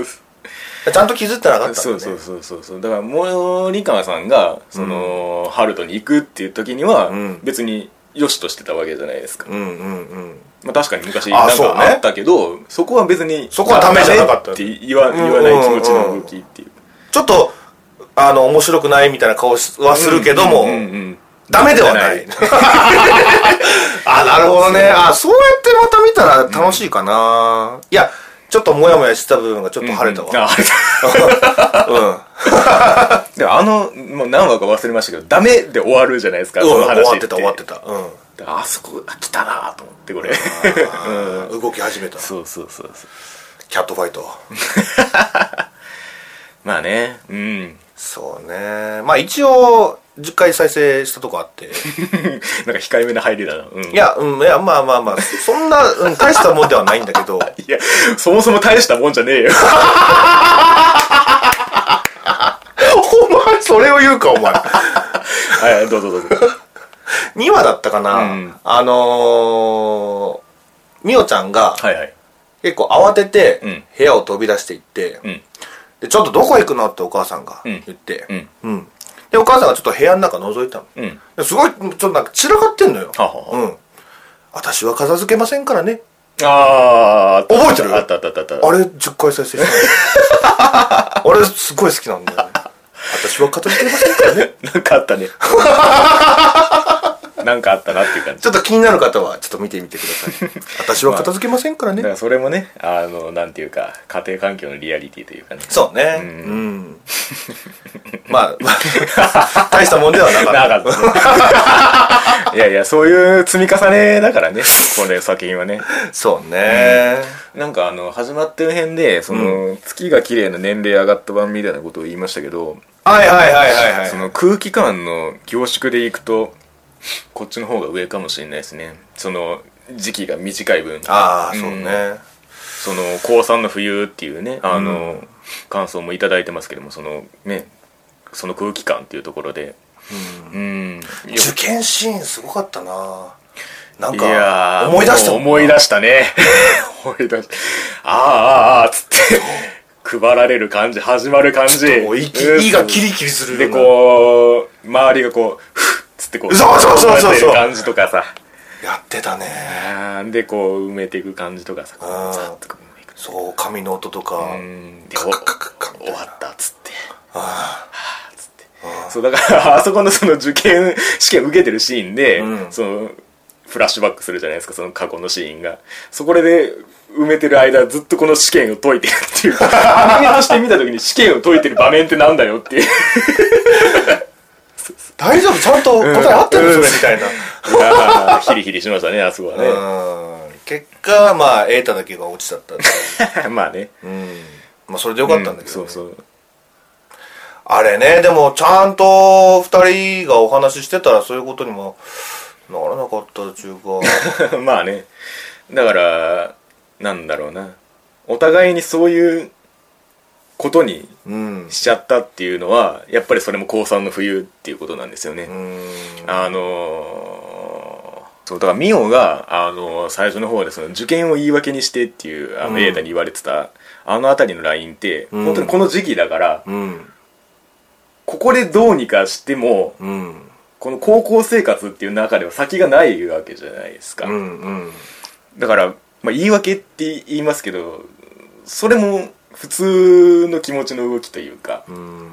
S2: ちゃんと気づってなかった
S1: そう
S2: んだ
S1: そ
S2: ね
S1: う。そうそうそうだから森川さんがその、ハルトに行くっていう時には、
S2: うん
S1: 別によしとしてたわけじゃないですか、
S2: うん、うん、うん。
S1: まあ、確かに昔
S2: あ
S1: なん
S2: そう
S1: か
S2: ね
S1: あったけどそ,、こは別に
S2: そこはダメじゃなかった
S1: ダメって言わ言わ
S2: うん
S1: な
S2: うん
S1: い気持ちの動きっていう
S2: ちょっと、あの、面白くないみたいな顔はするけども、
S1: うんうんうん
S2: ダメではない。 あ、なるほどね。あ、そうやってまた見たら楽しいかな。いや、ちょっとモヤモヤしてた部分がちょっと晴れた
S1: うん
S2: わ。
S1: あ晴れ
S2: うん。
S1: たでもあのもう何話か忘れましたけどダメで終わるじゃないですか、その
S2: 終
S1: 話
S2: わってた終わってた。 う
S1: あそこあ来たなと思ってこれ
S2: ん。動き始め た。
S1: そうそうそうそう
S2: キャットファイト。
S1: まあねうん
S2: そうね。まあ一応、10回再生したとこあ って。
S1: なんか控えめな入りだな、うん、
S2: いや、うん、いや、まあまあまあ、そんな、うん、大したもんではないんだけど。
S1: いや、そもそも大したもんじゃね えよ。
S2: お前、それを言うか、お 前。
S1: はい、どうぞどうぞ。
S2: 2話だったかな、
S1: うん
S2: あのー、みおちゃんが
S1: はいはい。
S2: 結構慌てて
S1: うん
S2: 部屋を飛び出していって、
S1: うん。
S2: でちょっとどこ行くのってお母さんが言って、
S1: うん
S2: うんでお母さんがちょっと部屋の中覗いたの、
S1: うん。
S2: ですごいちょっとなんか散らかってんのよ、
S1: はは
S2: うん、私は片付けませんからね
S1: あー、
S2: 覚えてる
S1: あったあったあったあった。
S2: あれ10回再生した のあれすごい好きなんだよね私は片付けませんからね
S1: なんかあったね。なんかあったなっていう感じ。
S2: ちょっと気になる方はちょっと見てみてくだ さい私は片付けませんからね
S1: だからそれもね、あの、なんていうか、家庭環境のリアリティというかね。
S2: そうね。うん。まあ、まあ 大したもんではなかっ
S1: なか ったね。いやいや、そういう積み重ねだからね、この作品はね。
S2: た。そうね。
S1: なんかあの、始まってる辺で、その、月が綺麗な年齢上がった版みたいなことを言いましたけど、
S2: はいはいはいはいはい。
S1: その空気感の凝縮でいくとこっちの方が上かもしれないですねその時期が短い分
S2: ああ、そう
S1: うん
S2: ね。
S1: その高3の冬っていうねあの、感想もいただいてますけどもそのねその空気感っていうところでうん、いや
S2: 受験シーンすごかったな。なん
S1: いや
S2: か、
S1: ー
S2: 思い出した
S1: もう
S2: もん
S1: 思い出したね 思い出したあーあーあーつ って配られる感じ始まる感じ
S2: もう息
S1: うん
S2: 胃がキリキリするよう
S1: で
S2: な
S1: こう周りがこう ふっつってこう
S2: そうそうそうそうそう
S1: 埋めてる感じとかさ
S2: やってたね。
S1: あーでこう埋めていく感じとかさこ
S2: あー
S1: うざっとこう埋めていく
S2: そう、紙の音とか。
S1: うんで
S2: カ
S1: お
S2: ッカッカッカッみた
S1: 終
S2: いな
S1: わったっつって
S2: あ
S1: はあっつ ってそうだからあそこのその受験試験受けてるシーンで、
S2: うん
S1: そのフラッシュバックするじゃないですかその過去のシーンがそこで埋めてる間ずっとこの試験を解いてるって いうアニメとして見た時に試験を解いてる場面ってなんだよ っていう
S2: 大丈夫ちゃんと答え合ってる
S1: うん
S2: それみたいな。
S1: いやーヒリヒリしましたねあそこはね
S2: うん結果はまあ瑛太だけが落ちちゃったっていう
S1: まあね
S2: うんまあそれでよかったんだけどね、
S1: うそうそう
S2: あれねでもちゃんと2人がお話ししてたらそういうことにもならなかったっちゅう か
S1: まあねだからなんだろうなお互いにそういうことに
S2: うん
S1: しちゃったっていうのはやっぱりそれも高3の冬っていうことなんですよね、
S2: うん
S1: あのーそうだからミオが、あのー最初の方でその受験を言い訳にしてっていうあ
S2: う
S1: の
S2: ん
S1: 瑛太に言われてた、あの辺りのラインって、
S2: ん
S1: 本当にこの時期だから
S2: うん
S1: ここでどうにかしても
S2: うん
S1: この高校生活っていう中では先がないわけじゃないですか、
S2: うんうん
S1: だから、まあ、言い訳って言いますけどそれも普通の気持ちの動きというか、
S2: うん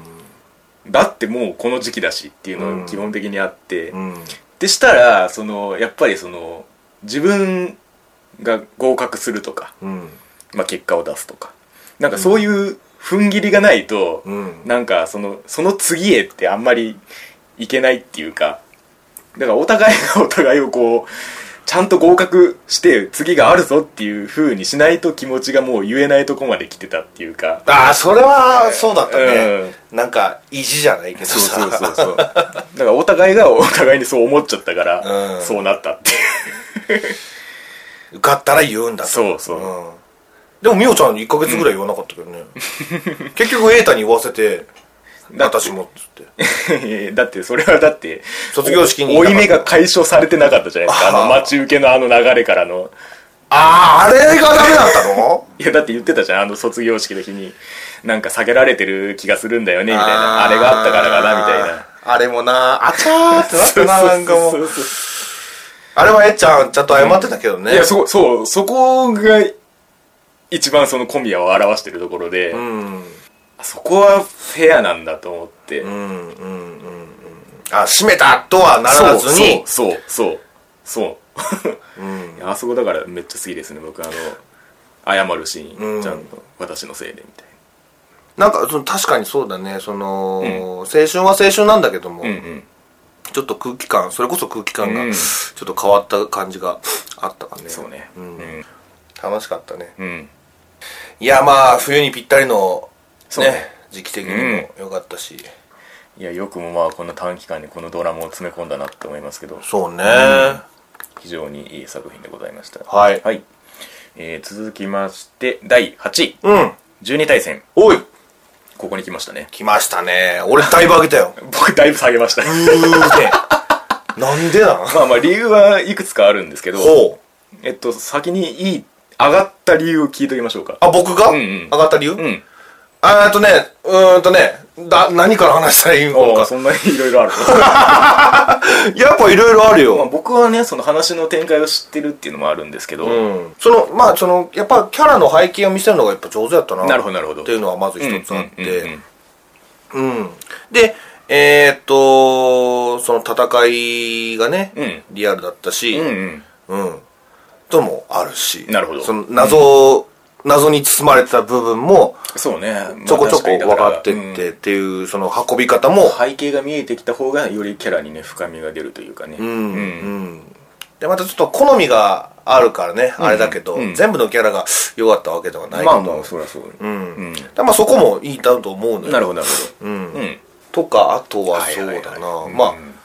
S1: だってもうこの時期だしっていうのが基本的にあって、
S2: うん
S1: でしたらそのやっぱりその自分が合格するとか、
S2: うん
S1: まあ、結果を出すとかなんかそういう踏ん切りがないと、
S2: うん
S1: なんかそのその次へってあんまりいけないっていうかだからお互いがお互いをこうちゃんと合格して次があるぞっていう風にしないと気持ちがもう言えないとこまで来てたっていうか
S2: ああそれはそうだったね、なんか意地じゃないけどさ
S1: そうそうそうそう だからお互いがお互いにそう思っちゃったから、
S2: うん
S1: そうなったっていう
S2: 受かったら言うんだと
S1: そうそう、
S2: うんでも美桜ちゃん1ヶ月ぐらい言わなかったけどね、結局瑛太に言わせて
S1: だって
S2: 私もっつって
S1: だって それはだって
S2: 卒業式に
S1: お追い目が解消されてなかったじゃないですかあ
S2: あ
S1: の
S2: ー
S1: 待ち受けのあの流れからの
S2: あああれがダメだったの
S1: いやだって言ってたじゃんあの卒業式の日になんか避けられてる気がするんだよねみたいなあれがあったからかなみたいな
S2: あれもなあちゃーってなったななんかも
S1: そううそうそ
S2: あれはえっちゃんちゃんと謝ってたけどね、
S1: ういやそこそうそこが一番その小宮を表してるところで、
S2: うん
S1: そこはフェアなんだと思って、
S2: うんうんうんうんあ閉めたとはな
S1: そ
S2: ら
S1: う
S2: ずに
S1: そうそうそうそう
S2: うん
S1: いやあそこだからめっちゃ好きですね僕あの謝るシー
S2: う
S1: ン
S2: ん
S1: ちゃんと私のせいでみたい
S2: なんかその確かにそうだねその、青春は青春なんだけども、
S1: なうんうん
S2: ちょっと空気感それこそ空気感
S1: うん
S2: がちょっと変わった感じがあったかね、
S1: そうね
S2: う
S1: うんん
S2: 楽しかったね
S1: うん
S2: いやまあ冬にぴったりの
S1: そう
S2: ね
S1: ね
S2: 時期的にも良かったし、
S1: いやよくもまあこんな短期間にこのドラマを詰め込んだなって思いますけど
S2: そうね、
S1: 非常にいい作品でございました
S2: はい
S1: はい、えー続きまして第8位
S2: うん
S1: 12対戦
S2: おい
S1: ここに来ましたね
S2: 来ましたね俺だいぶ上げ たよ
S1: 僕だいぶ下げました
S2: うーねなんでなん
S1: まあまあ理由はいくつかあるんですけど
S2: ほう
S1: えっと先にいい上がった理由を聞いときましょうか
S2: あ僕が、
S1: うんうん
S2: 上がった理由、
S1: うん
S2: あーっとねうーんとねだ何から話したらいいの
S1: あ
S2: か
S1: あそんなにいろいろある
S2: やっぱいろいろあ る
S1: まあ、
S2: よ、
S1: 僕はねその話の展開を知ってるっていうのもあるんですけど、
S2: うんそのまあそのやっぱキャラの背景を見せるのがやっぱ上手やったな
S1: なるほどなるほど
S2: っていうのはまず
S1: うん
S2: 一つあっ
S1: うんうんう
S2: て
S1: ん
S2: うんでえーっとその戦いがね、
S1: う
S2: リアルだったし
S1: うんうん
S2: うんともあるし
S1: なるほど
S2: その謎、謎に包まれてた部分も
S1: そうね
S2: ちょこちょこ分かって
S1: まあ
S2: っ
S1: 確に
S2: て
S1: だ
S2: っ、ていうその運び方も、
S1: うん背景が見えてきた方がよりキャラにね深みが出るというかねう
S2: うんうんでまたちょっと好みがあるからね、あれだけど、
S1: うん
S2: 全部のキャラが良かったわけではないけど、
S1: まあまあそりゃそう、う
S2: うんんでまあそこもいいだと思うのよ
S1: なるほどなるほ
S2: う
S1: ど
S2: ん、
S1: うん
S2: とかあとはそう
S1: は
S2: だ
S1: い
S2: な、
S1: はいはい
S2: まあ
S1: うん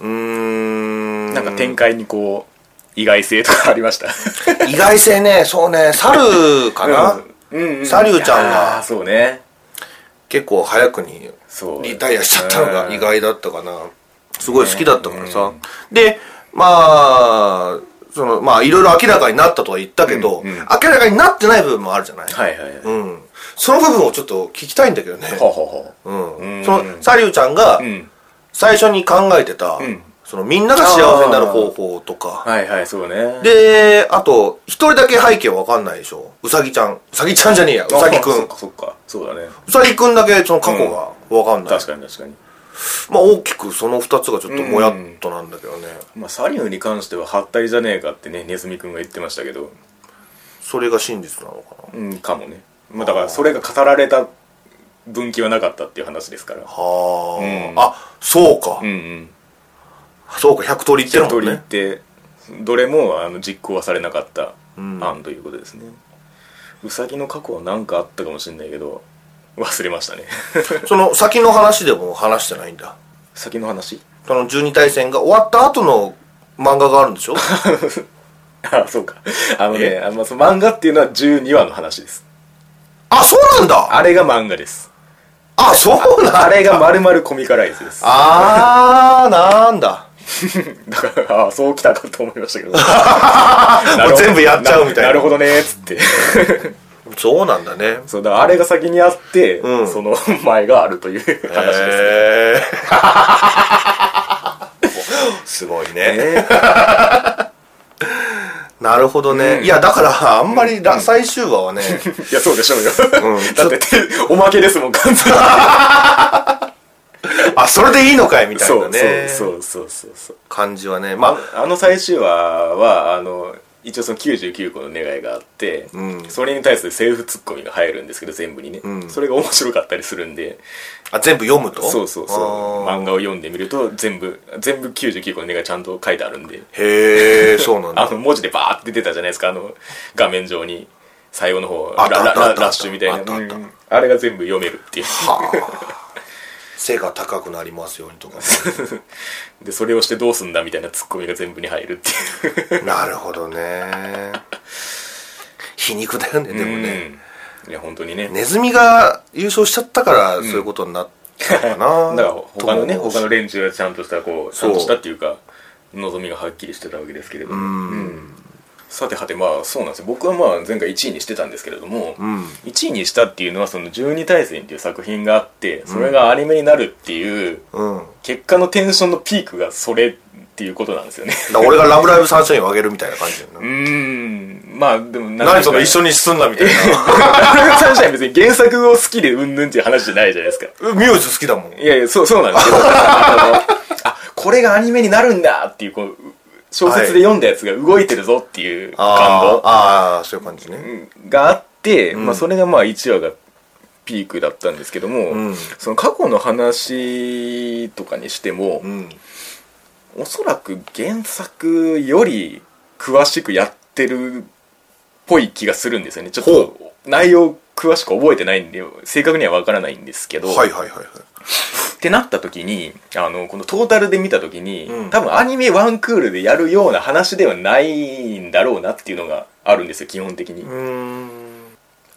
S2: うーん
S1: なんか展開にこう意外性とかありました
S2: 意外性ねそうね猿かな
S1: うんうん
S2: サリュウちゃんが
S1: あーそうね
S2: 結構早くに
S1: そう
S2: リタイアしちゃったのが意外だったかなすごい好きだったからさ、
S1: ね
S2: でまあそのまあいろいろ明らかになったとは言ったけど、
S1: うんうん
S2: 明らかになってない部分もあるじゃない、
S1: はいはいはい、は
S2: うん、その部分をちょっと聞きたいんだけどね、
S1: あはあはあ
S2: うん
S1: うん
S2: そのサリュウちゃんが
S1: うん
S2: 最初に考えてた、
S1: ん
S2: そのみんなが幸せになる方法とか
S1: はいはいそうね
S2: で、あと、一人だけ背景わかんないでしょ。うさぎちゃん。うさぎちゃんじゃねえや。うさぎくん。
S1: あそっ
S2: う
S1: かそっかそうだね
S2: さぎくんだけその過去がわかんない。
S1: 確かに確かに
S2: まあ大きくその2つがちょっともやっとなんだけどね、
S1: まあ、サリューに関してはハったりじゃねえかってねネズミくんが言ってましたけど
S2: それが真実なのかな
S1: うんかもね、まあ、だからそれが語られた分岐はなかったっていう話ですから
S2: はあ、
S1: うん
S2: あそうか、
S1: うんうん
S2: そうか100通り言って
S1: 一
S2: るも
S1: 通
S2: ん
S1: り
S2: ね
S1: ってどれもあの実行はされなかった
S2: ん
S1: 案ということですね、うさぎの過去は何かあったかもしれないけど忘れましたね
S2: その先の話でも話してないんだ
S1: 先の話
S2: その12対戦が終わった後の漫画があるん でしょ
S1: あそうかあのね
S2: え
S1: あのその漫画っていうのは12話の話です
S2: あそうなんだ
S1: あれが漫画です
S2: あそうなんだ
S1: あれが丸々コミカライズです
S2: あーなんだ
S1: だからあそうきたかと思いましたけ ど
S2: もう全部やっちゃうみたいな
S1: なるほどねーっつって
S2: そうなんだね
S1: そうだからあれが先にあって、
S2: うん
S1: その前があるという話です、
S2: へえ すごいね
S1: ね
S2: なるほどね、
S1: うん
S2: いやだからあんまりら、最終話はね
S1: いや、そうでしょうよ。
S2: う ん
S1: だって、おまけですもん、完全に。
S2: あそれでいいのかいみたい
S1: そ
S2: な
S1: う
S2: ね
S1: そうそうそうそう。
S2: 感じはねまあ
S1: あの最終話は、あの、一応その99個の願いがあって、
S2: うん
S1: それに対するセーフツッコミが入るんですけど、全部にね。
S2: ん
S1: それが面白かったりするんで、
S2: あ全部読むと
S1: そうそうそう。
S2: あー
S1: 漫画を読んでみると、全部、全部99個の願いちゃんと書いてあるんで、
S2: へえそうなんだ
S1: あの文字でバーって出たじゃないですか、あの画面上に。最後の方、
S2: あ
S1: ラ
S2: ったあ
S1: ラ
S2: ったあったあ
S1: ラ
S2: った
S1: ラッシュみたい
S2: あっ
S1: な。
S2: たあった
S1: うんあれが全部読めるっていう。
S2: 背が高くなりますようにとかね
S1: でそれをしてどうすんだみたいなツッコミが全部に入るっていう
S2: なるほどね皮肉だよねでもね、
S1: うんいや本当にね
S2: ネズミが優勝しちゃったからそういうことになったのか な、
S1: だから他のね
S2: と思うし
S1: 他の連中はちゃんとしたこうち
S2: そ
S1: ゃ
S2: うん
S1: としたっていうか望みがはっきりしてたわけですけれども、うんさてはてまあそうなんですよ僕はまあ前回1位にしてたんですけれども、
S2: ん
S1: 1位にしたっていうのはその12対戦っていう作品があってそれがアニメになるっていう
S2: うん
S1: 結果のテンションのピークがそれっていうことなんですよね
S2: だから俺が「ラブライブサンシャイン」をあげるみたいな感じだよ
S1: う
S2: ね
S1: ん まあでも何
S2: 何その一緒にすんなみたい な
S1: サンシャイン別に原作を好きでうんぬんっていう話じゃないじゃないですか。
S2: ミューズ好きだもん
S1: いやいや、そう、そうなんですけど、あのあ、これがアニメになるんだっていう、こう、小説で読んだやつが動いてるぞっていう感
S2: あー
S1: 動
S2: あーそういう感じね
S1: があって、まあそれがまあ1話がピークだったんですけども、
S2: うん
S1: その過去の話とかにしても、
S2: うん
S1: おそらく原作より詳しくやってるっぽい気がするんですよねちょっと内容詳しく覚えてないんで正確にはわからないんですけど、
S2: はいはいはいはい
S1: ってなった時にあのこのトータルで見た時に、
S2: うん
S1: 多分アニメワンクールでやるような話ではないんだろうなっていうのがあるんですよ基本的に、
S2: うーん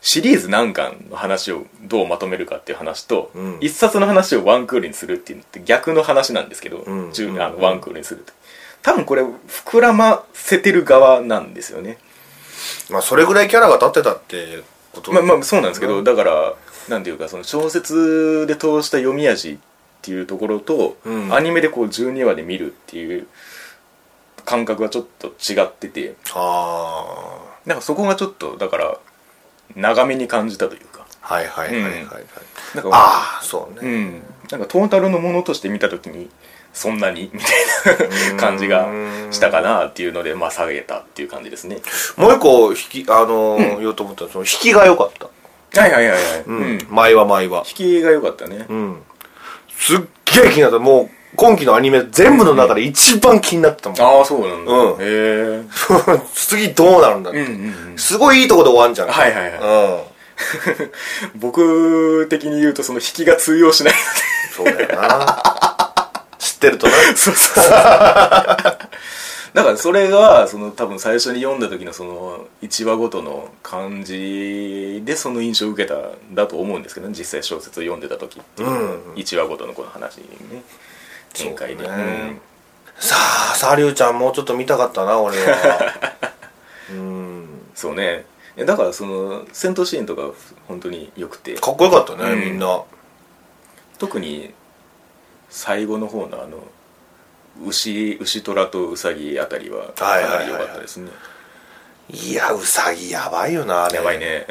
S1: シリーズ何巻の話をどうまとめるかっていう話と、
S2: うん
S1: 一冊の話をワンクールにするっていうのって逆の話なんですけど、
S2: うん
S1: じゅ
S2: うん
S1: あのワンクールにすると多分これ膨らませてる側なんですよね
S2: まあそれぐらいキャラが立ってたってこと
S1: まあまあそうなんですけど、だからなんていうかその小説で通した読み味っていうところと、
S2: うん
S1: アニメでこう12話で見るっていう感覚がちょっと違ってて
S2: あ
S1: なんかそこがちょっとだから長めに感じたというか
S2: あはいはいはいはいはい、
S1: なんか
S2: ああそう
S1: う
S2: ね、
S1: んなんかトータルのものとして見た時にそんなにみたいな感じがしたかなっていうのでまあ下げたっていう感じですね
S2: もう一個引きあのー言おうと思ったのはその引きが良かった
S1: はいはいはいはい、
S2: う、
S1: うんん、引
S2: 前は前は
S1: きが良かったね、
S2: うんすっげえ気になったもう今期のアニメ全部の中で一番気になってたもん、
S1: ああそうなんだ、
S2: うん
S1: へえ
S2: 次どうなるんだって、
S1: うんうんうん
S2: すごいいいとこで終わんじゃん
S1: はいはいはい
S2: うん
S1: 僕的に言うとその引きが通用しない
S2: そうだよ な知ってるとな
S1: そうそうそう だからそれがその多分最初に読んだ時のその1話ごとの感じでその印象を受けたんだと思うんですけどね実際小説を読んでた時っていうのは、
S2: うん
S1: 1話ごとのこの話にね展開で
S2: そうねさあサリュウちゃんもうちょっと見たかったな俺 はうん
S1: そうねいやだからその戦闘シーンとか本当に良くて
S2: かっこよかったね、
S1: うん
S2: みんな
S1: 特に最後の方のあの牛牛虎とウサギあたりはか
S2: はいはい
S1: な
S2: はいはい
S1: り良かったですね、
S2: いやウサギやばいよなあれ
S1: やばいね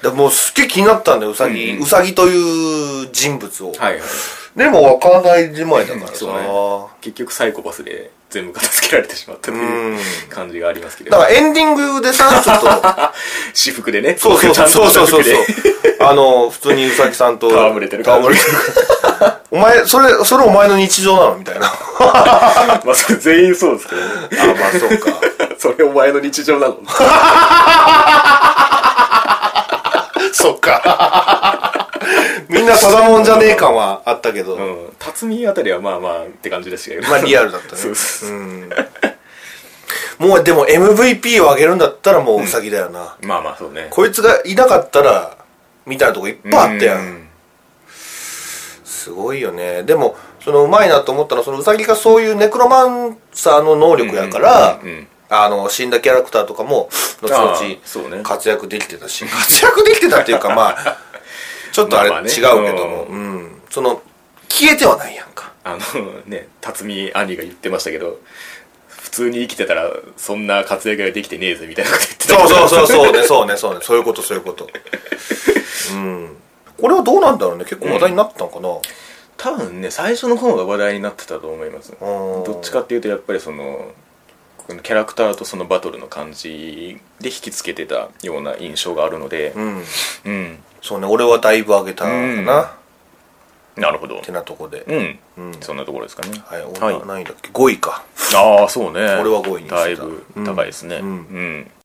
S2: でもうすっげえ気になったんだよ、うさぎ。うさぎという人物を。
S3: はいはい
S2: でもわかんないじまいだからさ。
S3: そうね結局サイコパスで全部片付けられてしまったという
S2: うん
S3: 感じがありますけれ
S2: だ
S3: ど
S2: からエンディングで さ、ちょっと、
S3: 私服でね
S2: そうそう
S3: ちゃんと
S2: そうそうそう
S3: 私
S2: そう
S3: 服で。
S2: あの、普通にうさぎさんと。
S3: 戯れてる
S2: 戯れてるお前、それ、それお前の日常なのみたいな。あ、
S3: まあそれ全員そうですけどね
S2: まあ そうか。
S3: それお前の日常なの
S2: そっか。みんなただもんじゃねえ感はあったけど。
S3: うん辰巳あたりはまあまあって感じでしたけど
S2: まあリアルだったね。
S3: そうそうそう
S2: うんもうでも MVP をあげるんだったらもううさぎだよな。
S3: まあまあそうね
S2: こいつがいなかったら、みたいなとこいっぱいあったや
S3: うん
S2: ん。すごいよね。でも、そのうまいなと思ったのは、そのうさぎがそういうネクロマンサーの能力やから
S3: うんうんうんうん、
S2: あの、死んだキャラクターとかも、後
S3: あーそう
S2: 々
S3: ね
S2: 活躍できてたし、 活躍できてたっていうか、まあ、 ちょっとあれ
S3: まあまあ
S2: 違
S3: ね
S2: うけども、
S3: う
S2: うん。その、消えてはないやんか。
S3: あのね辰巳兄が言ってましたけど普通に生きてたらそんな活躍ができてねえぜみたいなこと言ってた
S2: そうそうそう そうね、そうね、そうね、そういうこと、そういうこと。うん。これはどうなんだろうね、結構話題になったのかな。
S1: 多分ね最初の方が話題になってたと思います
S2: ー
S1: どっちかっていうとやっぱりそのこのキャラクターとそのバトルの感じで引きつけてたような印象があるので
S2: うん。
S1: うん、
S2: そうね、俺はだいぶ上げたかな、
S1: うん
S2: っ
S1: なるほど
S2: てなとこで。
S1: うん、
S2: うん
S1: そんなところですかね
S2: はい、俺
S1: は
S2: は何位だっけ、?5 位か。
S1: ああそうね
S2: 俺は5位にしてた
S1: だいぶ高いですね
S2: う
S1: う
S2: ん
S1: ん